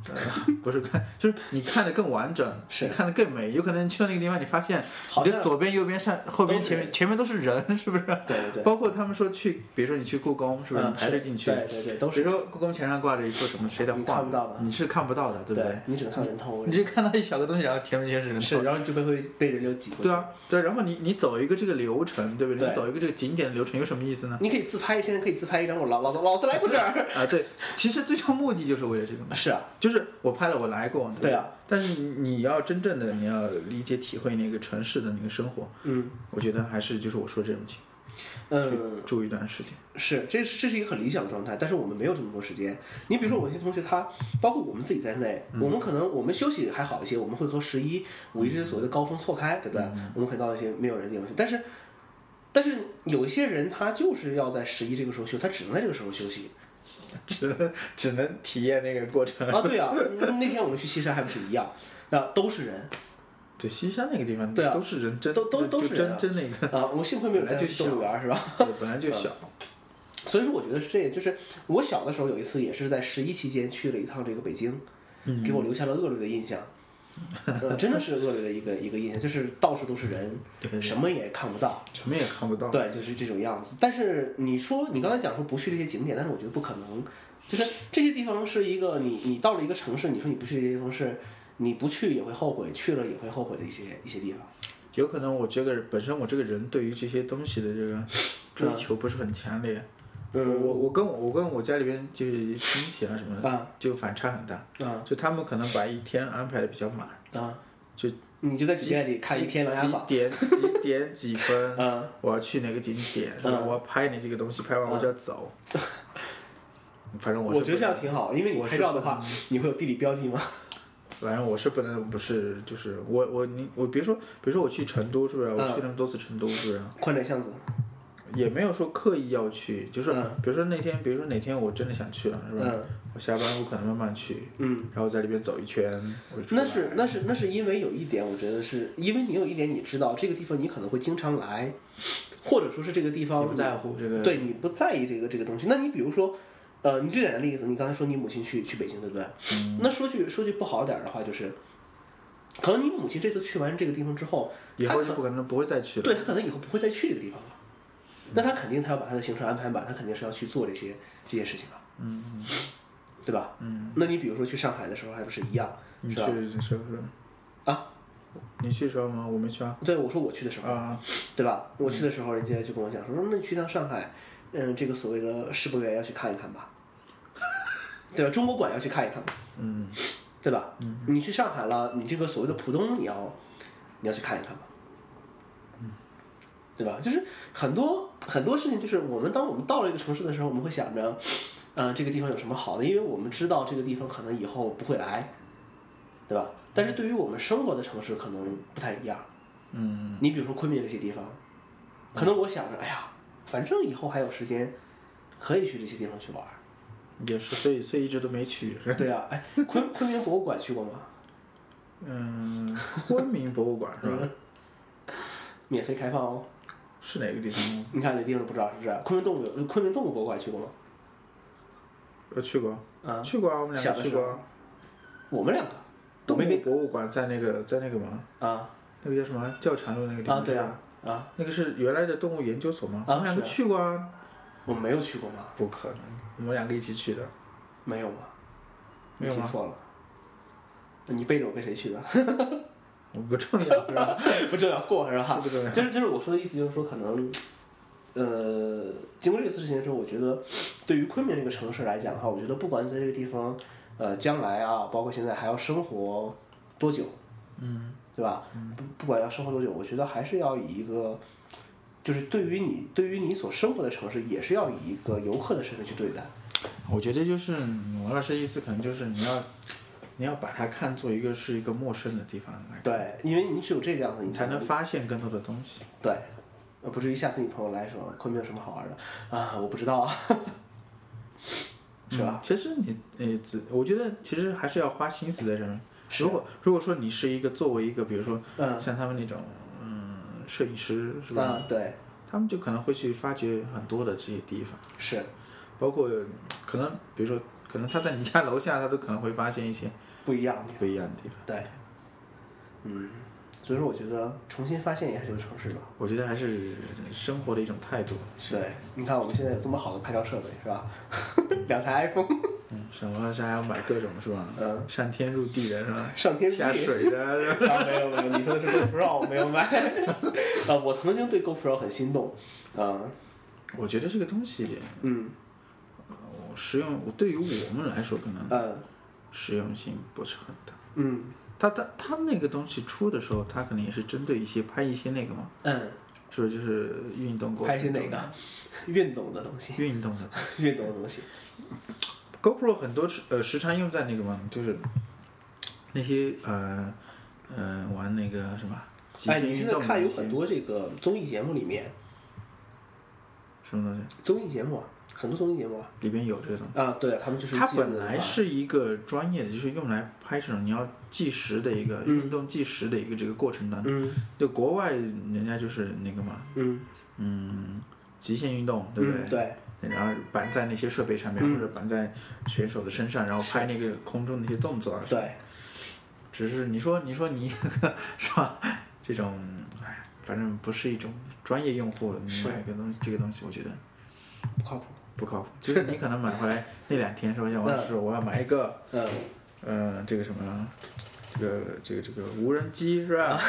呃， [laughs] 不是看，就是你看的更完整，是你看的更美。有可能去到那个地方，你发现好你像的左边、右边、上、后边、都是前面、前面都是人， [laughs] 是不是？对对对。包括他们说去，比如说你去故宫，是不是？嗯你排队进去，对对对，都比是如说故宫墙上挂着一幅什么谁的画，你看不到的你是看不到的，对不对？你只能看人头你，就看到一小个东西，然后前面全是人是，头。然后你就被会被人流挤过去。对，啊，对，然后你你走一个这个流程，对不对？对你走一个这个景点的流程有什么意思呢？你可以自拍，现在可以自拍一张，我老老子老子来过这儿。啊，对，其实最终目的 [laughs] 就是为了这个嘛，是啊，就是我拍了，我来过，对不对啊。但是你要真正的你要理解体会那个城市的那个生活，嗯我觉得还是就是我说这种情， [laughs] 嗯，住一段时间， [laughs] 是，这是这是一个很理想的状态，但是我们没有这么多时间。你比如说，我有些同学他，包括我们自己在内，嗯我们可能我们休息还好一些，我们会和十一、五一这些所谓的高峰错开，对不嗯对？我们可以到一些没有人的地方去，但是。但是有一些人他就是要在十一这个时候休，他只能在这个时候休息只能只能体验那个过程。啊！ [laughs] 对啊，那天我们去西山还不是一样，啊，都是人，对，西山那个地方，对啊都是人，真都都就都是人啊真真那个，啊，我幸亏没有带本来他就去动物小园儿是吧？对，本来就 [laughs] 啊小，所以说，我觉得是这个，就是我小的时候有一次也是在十一期间去了一趟这个北京，嗯给我留下了恶劣的印象。呃真的是恶劣的一个一个印象，就是到处都是人，什么也看不到，什么也看不到。对，就是这种样子。但是你说你刚才讲说不去这些景点，但是我觉得不可能，就是这些地方是一个你你到了一个城市，你说你不去这些地方是，你不去也会后悔，去了也会后悔的一些一些地方。有可能我这个本身我这个人对于这些东西的这个追求不是很强烈。嗯我我跟我我跟我家里边就是亲戚啊什么的，啊就反差很大。啊就他们可能把一天安排的比较满，啊，就你就在景点里看一几天《琅琊几榜》点几点几分，嗯我要去哪个景点，然后我要拍你这个东西，拍完我就要走。反正我是我觉得不这样能挺好，因为你我拍是照的话，你会有地理标记吗？反正我是不能，不是就是我我你我别说，比如说我去成都是不是？啊嗯我去那么多次成都是不是？宽窄巷子，也没有说刻意要去，就是嗯比如说那天，比如说哪天我真的想去了，是吧？嗯我下班我可能慢慢去，嗯，然后在里边走一圈，我就出来那是那是那是因为有一点，我觉得是因为你有一点你知道这个地方你可能会经常来，或者说是这个地方不在乎这个对你不在意这个这个东西。那你比如说，呃，你最简单嗯的例子，你刚才说你母亲去去北京，对不对？那说句说句不好点儿的话，就是可能你母亲这次去完这个地方之后，以她后可就不可能不会再去了。对他可能以后不会再去这个地方了。那他肯定他要把他的行程安排满，他肯定是要去做这些这些事情了，嗯，对吧？嗯，那你比如说去上海的时候，还不是一样，你是去吧？的时候，啊，你去的时候吗？我没去啊。对，我说我去的时候，啊，对吧？我去的时候，人家就跟我讲说，那你去趟上海，嗯，这个所谓的世博园要去看一看吧， [laughs] 对吧？中国馆要去看一看吧，嗯，对吧？嗯，你去上海了，你这个所谓的浦东，你要你要去看一看吧，对吧？就是很多很多事情，就是我们当我们到了一个城市的时候，我们会想着，嗯、这个地方有什么好的？因为我们知道这个地方可能以后不会来，对吧？但是对于我们生活的城市可能不太一样，嗯，你比如说昆明这些地方，可能我想着，哎呀，反正以后还有时间，可以去这些地方去玩儿。也是，所以所以一直都没去。是吧对啊，哎，昆昆明博物馆去过吗？嗯，昆明博物馆是吧？免费开放哦。是哪个地方？你看那地方都不知道是不是？啊昆明动物有昆明动物博物馆去过吗？我呃去过，啊，去过啊，我们小两的个去时候过啊。我们两个，我动没物给博物馆在那个在那个嘛，啊那个叫什么教场路那个地啊方。对是吧啊。啊，那个是原来的动物研究所吗？啊我们两个是啊去过啊。我们没有去过吗？不可能，我们两个一起去的。没有吗？没你有啊记吗错了。那你背着我跟谁去的？啊我不重要，是吧？ [laughs] 不重要，过是吧？不重要就是就是我说的意思，就是说可能，呃，经过这次事情之后，我觉得对于昆明这个城市来讲的话，我觉得不管在这个地方，呃，将来啊，包括现在还要生活多久，嗯，对吧？不不管要生活多久，我觉得还是要以一个。就是对于你，对于你所生活的城市，也是要以一个游客的身份去对待。 [laughs] 我觉得就是王老师意思，可能就是你要，你要把它看作一个是一个陌生的地方来，对，因为你只有这个样子，你你才能发现更多的东西。对，呃，不至于下次你朋友来说昆明有什么好玩的啊？我不知道啊，是吧？嗯其实你呃，自我觉得其实还是要花心思在上面。是如果如果说你是一个作为一个，比如说嗯像他们那种嗯摄影师是吧啊，，对，他们就可能会去发掘很多的这些地方，是，包括可能比如说可能他在你家 [laughs] 楼下，他都可能会发现一些不一样的。不一样的地方。对，嗯，所以说我觉得重新发现一下这个城市吧。我觉得还是生活的一种态度。对，你看我们现在有这么好的拍照设备，是 [laughs] 吧？两台 iPhone，嗯，什么是还要买各种是吧？嗯上天入地的是吧？上天入地下水的是吧？ [laughs] 啊，没有没有，你说的是 GoPro，我没有买。 [laughs] 啊，我曾经对 GoPro 很心动，啊，我觉得这个东西，嗯我实用，我对于我们来说可能嗯实用性不是很大。嗯它它它那个东西出的时候，它可能也是针对一些拍一些那个嘛，嗯，是不是就是运动过拍程一些中哪个运动的东 [laughs] 西，运动的运动的东西， GoPro 很多时呃时常用在那个嘛，就是那些呃呃玩那个什么极哎，限你运现在动的看有那些很多这个综艺节目里面，什么东西综艺节目啊，很多综艺节目啊，里边有这个东西。啊，对他们就是它记录本来啊是一个专业的，就是用来拍这种你要计时的一个、嗯运动计时的一个这个过程当中，嗯就国外人家就是那个嘛，嗯嗯，极限运动，对不嗯对？对然后绑在那些设备上面，嗯或者绑在选手的身上，然后拍那个空中的一些动作啊。对，只是你说，你说你 [laughs] 是吧？这种，哎，反正不是一种专业用户你是买个东西，这个东西我觉得不靠谱。不 [laughs] 靠谱。就是你可能买回来那两天说，像我嗯说我要买一个。嗯，呃，这个什么，这个这个这个无人机是吧？啊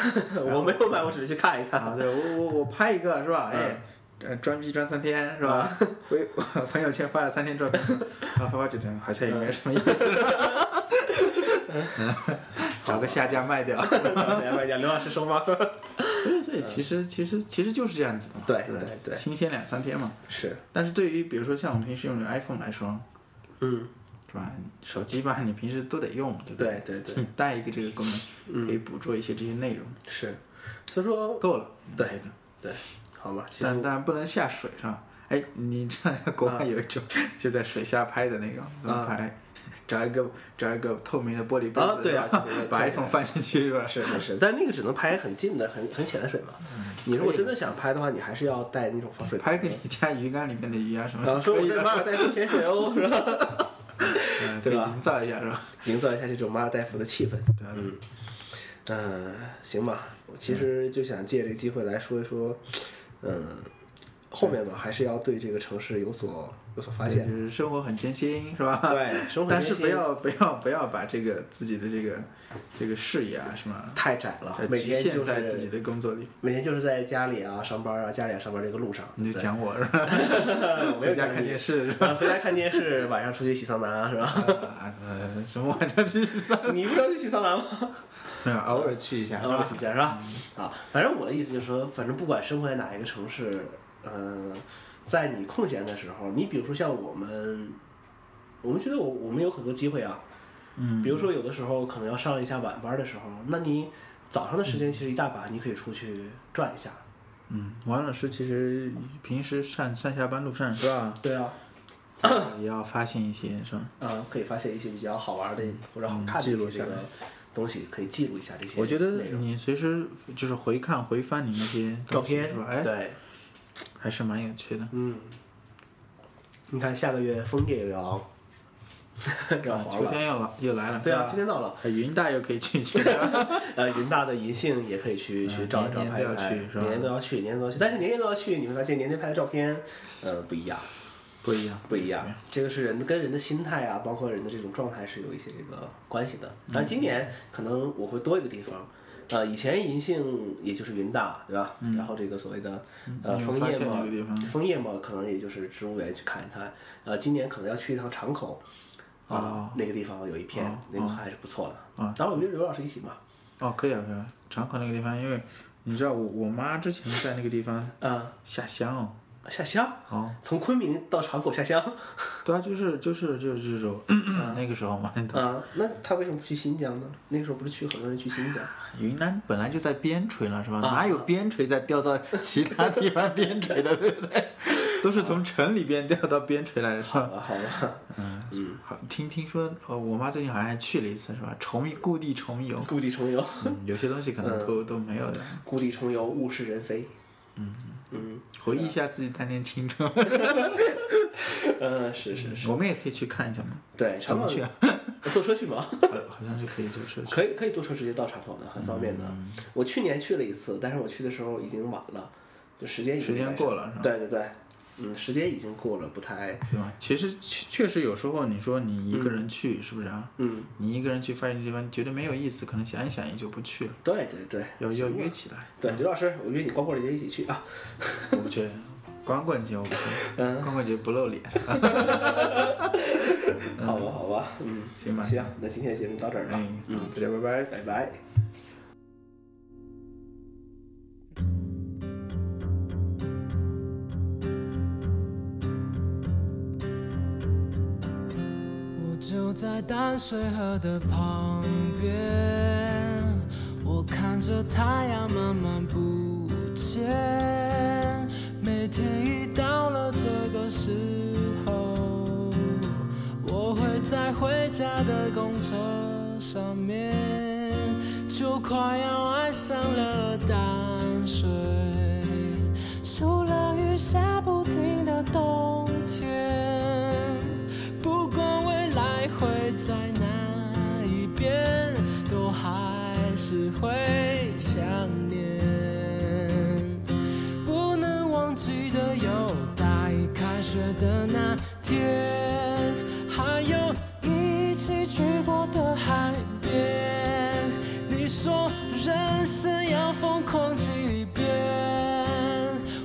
我没有买，我只是去看一 [laughs] 啊，看。对我我我拍一个是吧？嗯哎，呃，装逼装三天是吧？ [laughs] 微朋友圈发了三 [laughs] 天照片，然后发发觉得好像也嗯没什么意思，是吧找个下家卖掉。 [laughs] 两百讲，刘老师收吗？ [laughs] 所以所以其实其实其实就是这样子的嘛，嗯对不对对新鲜两三天嘛。 [laughs] 是，但是对于比如说像我们平时用的 iPhone 来说，嗯，是吧？手机吧，你平时都得用，对不对嗯对对你，带一个这个功能，嗯可以捕捉一些这些内容，是。所以说，够了。对这个对，好吧，其实但但不能下水是吧？哎，你知道国啊外有一种就在水下拍的那个，怎么拍？找一个找一个透明的玻璃杯啊子，对啊是吧这个把看 iPhone 放进去是吧？是是 [laughs] 是，但那个只能拍很近的、很很浅的水嘛。你如果真的想拍的话，你还是要带那种防水头拍的。给你家鱼缸里面的鱼啊什么然的，后说可我以在的马尔代夫潜水哦，是吧？嗯对吧可以营造一下是吧？营造一下这种马尔代夫的气氛。对啊嗯，嗯，行吧，我其实就想借这个机会来说一说，嗯，后面吧，还是要对这个城市有所有所发对，就现。是生活很艰辛，是吧？对生活很但艰是辛不要不要不要把这个自己的这个这个视野啊什么，太窄了呃，每局天就限是在自己的工作里。每天就是在家里啊上班啊，家里啊上班这个路上，你就对呃讲我是吧？我没有回家讲看你电视是 [laughs] 吧？啊回家看电视，晚上出去洗桑拿是吧？ [laughs] 啊，呃什么晚上去散？你不要去洗桑拿吗？没有，偶尔去一 [laughs] 下，偶尔洗一下是吧？嗯啊，反正我的意思就是说，反正不管生活在哪一个城市，嗯、在你空闲的时候，你比如说像我们，我们觉得我我们有很多机会啊，嗯，比如说有的时候可能要上一下晚班的时候，那你早上的时间其实一大把，你可以出去转一下。嗯，王老师其实平时上上下班路上是吧，对啊，也要发现一些是吧？啊、可以发现一些比较好玩的或者好看嗯记的录一下些这来个东西，可以记录一下这些。我觉得你随时就是回看回翻你那些东西照片是吧？哎，对，还是蛮有趣的。嗯，你看下个月枫叶又要 [laughs] 又要黄秋了，天又来又来了，对啊，是吧秋天到了，哎云大又可以去去了。呃，云大的银杏也可以去去嗯照一年照年拍一都要拍，去年是吧年都要去，年年都要去，但是年年都要去，你会发现年年拍的照片，呃，不一样， [laughs] 不一样，不一样，这个是人跟人的心态啊，包括人的这种状态是有一些这个关系的。但今嗯年可能我会多一个地方，呃，以前银杏也就是云大，对吧？然后这个所谓的呃你有枫嗯发叶现嘛这个地方，枫叶嘛，可能也就是植物园去看一看。呃，今年可能要去一趟场口，啊哦，那个地方有一片哦，那个哦还是不错的。哦当然我约刘老师一起嘛，哦，可以啊，可以啊。长口那个地方，因为你知道我我妈之前在那个地方啊，下乡哦。下乡，哦，从昆明到场口下乡，对啊，就是就是就是这种 [clears throat] 嗯那个时候嘛，你懂啊，那他为什么不去新疆呢？那个时候不是去很多人去新疆？云南本来就在边陲了，是啊吧？哪有边陲再调到其他地方边陲的， [laughs] 对不对？都是从城里边调到边陲来的，是吧？啊，好 [laughs] 吧，嗯，好，听听说，呃，我妈最近好像还去了一次，是吧？重故地重游，故地重游。嗯有些东西可能都、都没有的，故地重游，物是人非。嗯回忆一下自己当年青 [laughs] 春。嗯呃嗯，是是是，我们也可以去看一下嘛，对，怎长么跑去啊？ [laughs] 坐车去吗？好好像是嗯可以坐车去。可以可以坐车直接到长口的，很方便的。我去年去了一次，但是我去的时候已经晚了，就时间已经时间过了是吧对对对，嗯，时间已经过了，不太对吧？其实确确实有时候，你说你一个人去、是不是啊？嗯，你一个人去发现这地方觉得没有意思，可能想一想也就不去了，对对对，要要约起来。对刘老师，我约你光棍节一起去啊。我不去，光棍节我不去，光棍节不露脸。好吧，好吧，嗯，行吧行，那今天的节目到这儿吧哎，，嗯，大家拜拜。拜拜。我就在淡水河的旁边，我看着太阳慢慢不见。每天一到了这个时候，我会在回家的公车上面，就快要爱上了淡水。除了雨下不停的冬天，不管未来会在哪一边，都还是会想念。不能忘记的有大一开学的那天，还有一起去过的海边。你说人生要疯狂几遍，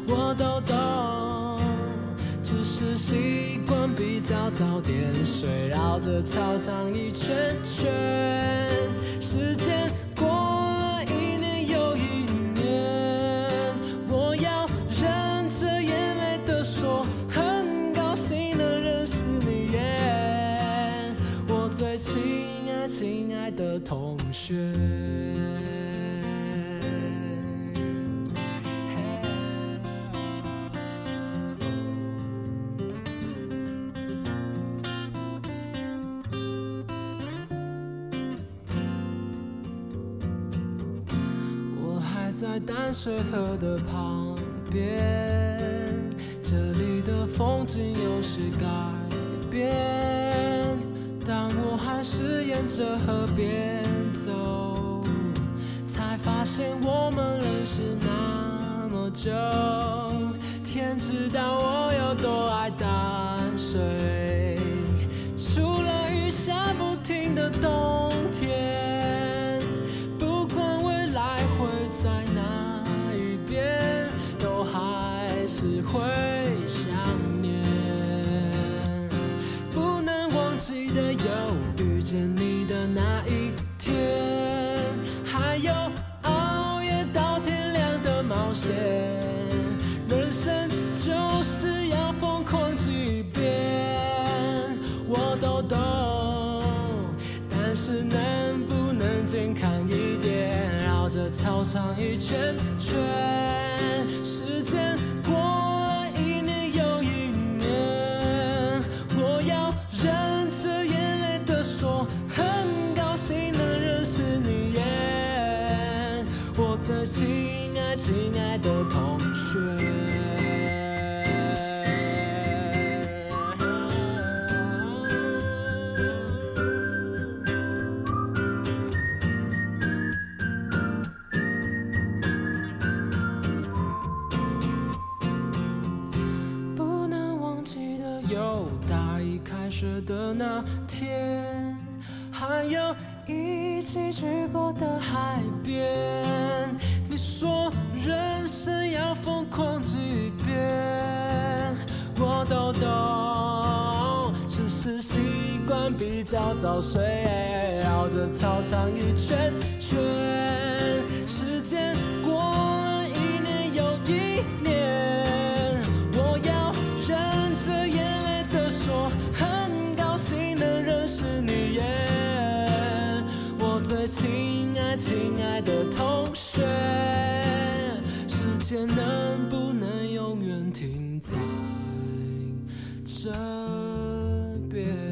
我都懂，只是习惯比较早点睡，绕着操场一圈圈。时间过了一年又一年，我要忍着眼泪的说，很高兴能认识你耶，我最亲爱亲爱的同学。我还在淡水河的旁边，这里的风景有些改变，但我还是沿着河边走，发现我们认识那么久，天知道我有多爱淡水。除了雨下不停的冬天，不管未来会在哪一边，都还是会想念。不能忘记的有遇见你的那一天，还有熬夜到天亮的冒险。人生就是要疯狂几遍，我都懂，但是能不能健康一点？绕着操场一圈圈，时间过了一年又一年，我要忍着眼泪的说，很高兴能认识你耶，我最亲爱亲爱的同学。不能忘记的有大一开学的那天，还有一起去过的海边。你说人生要疯狂几遍，我都懂，只是习惯比较早睡，绕着操场一圈圈，时间过了一年又一年。我要忍着眼泪的说，很高兴能认识你耶，我最亲爱亲爱的同学，时间能不能永远停在这边？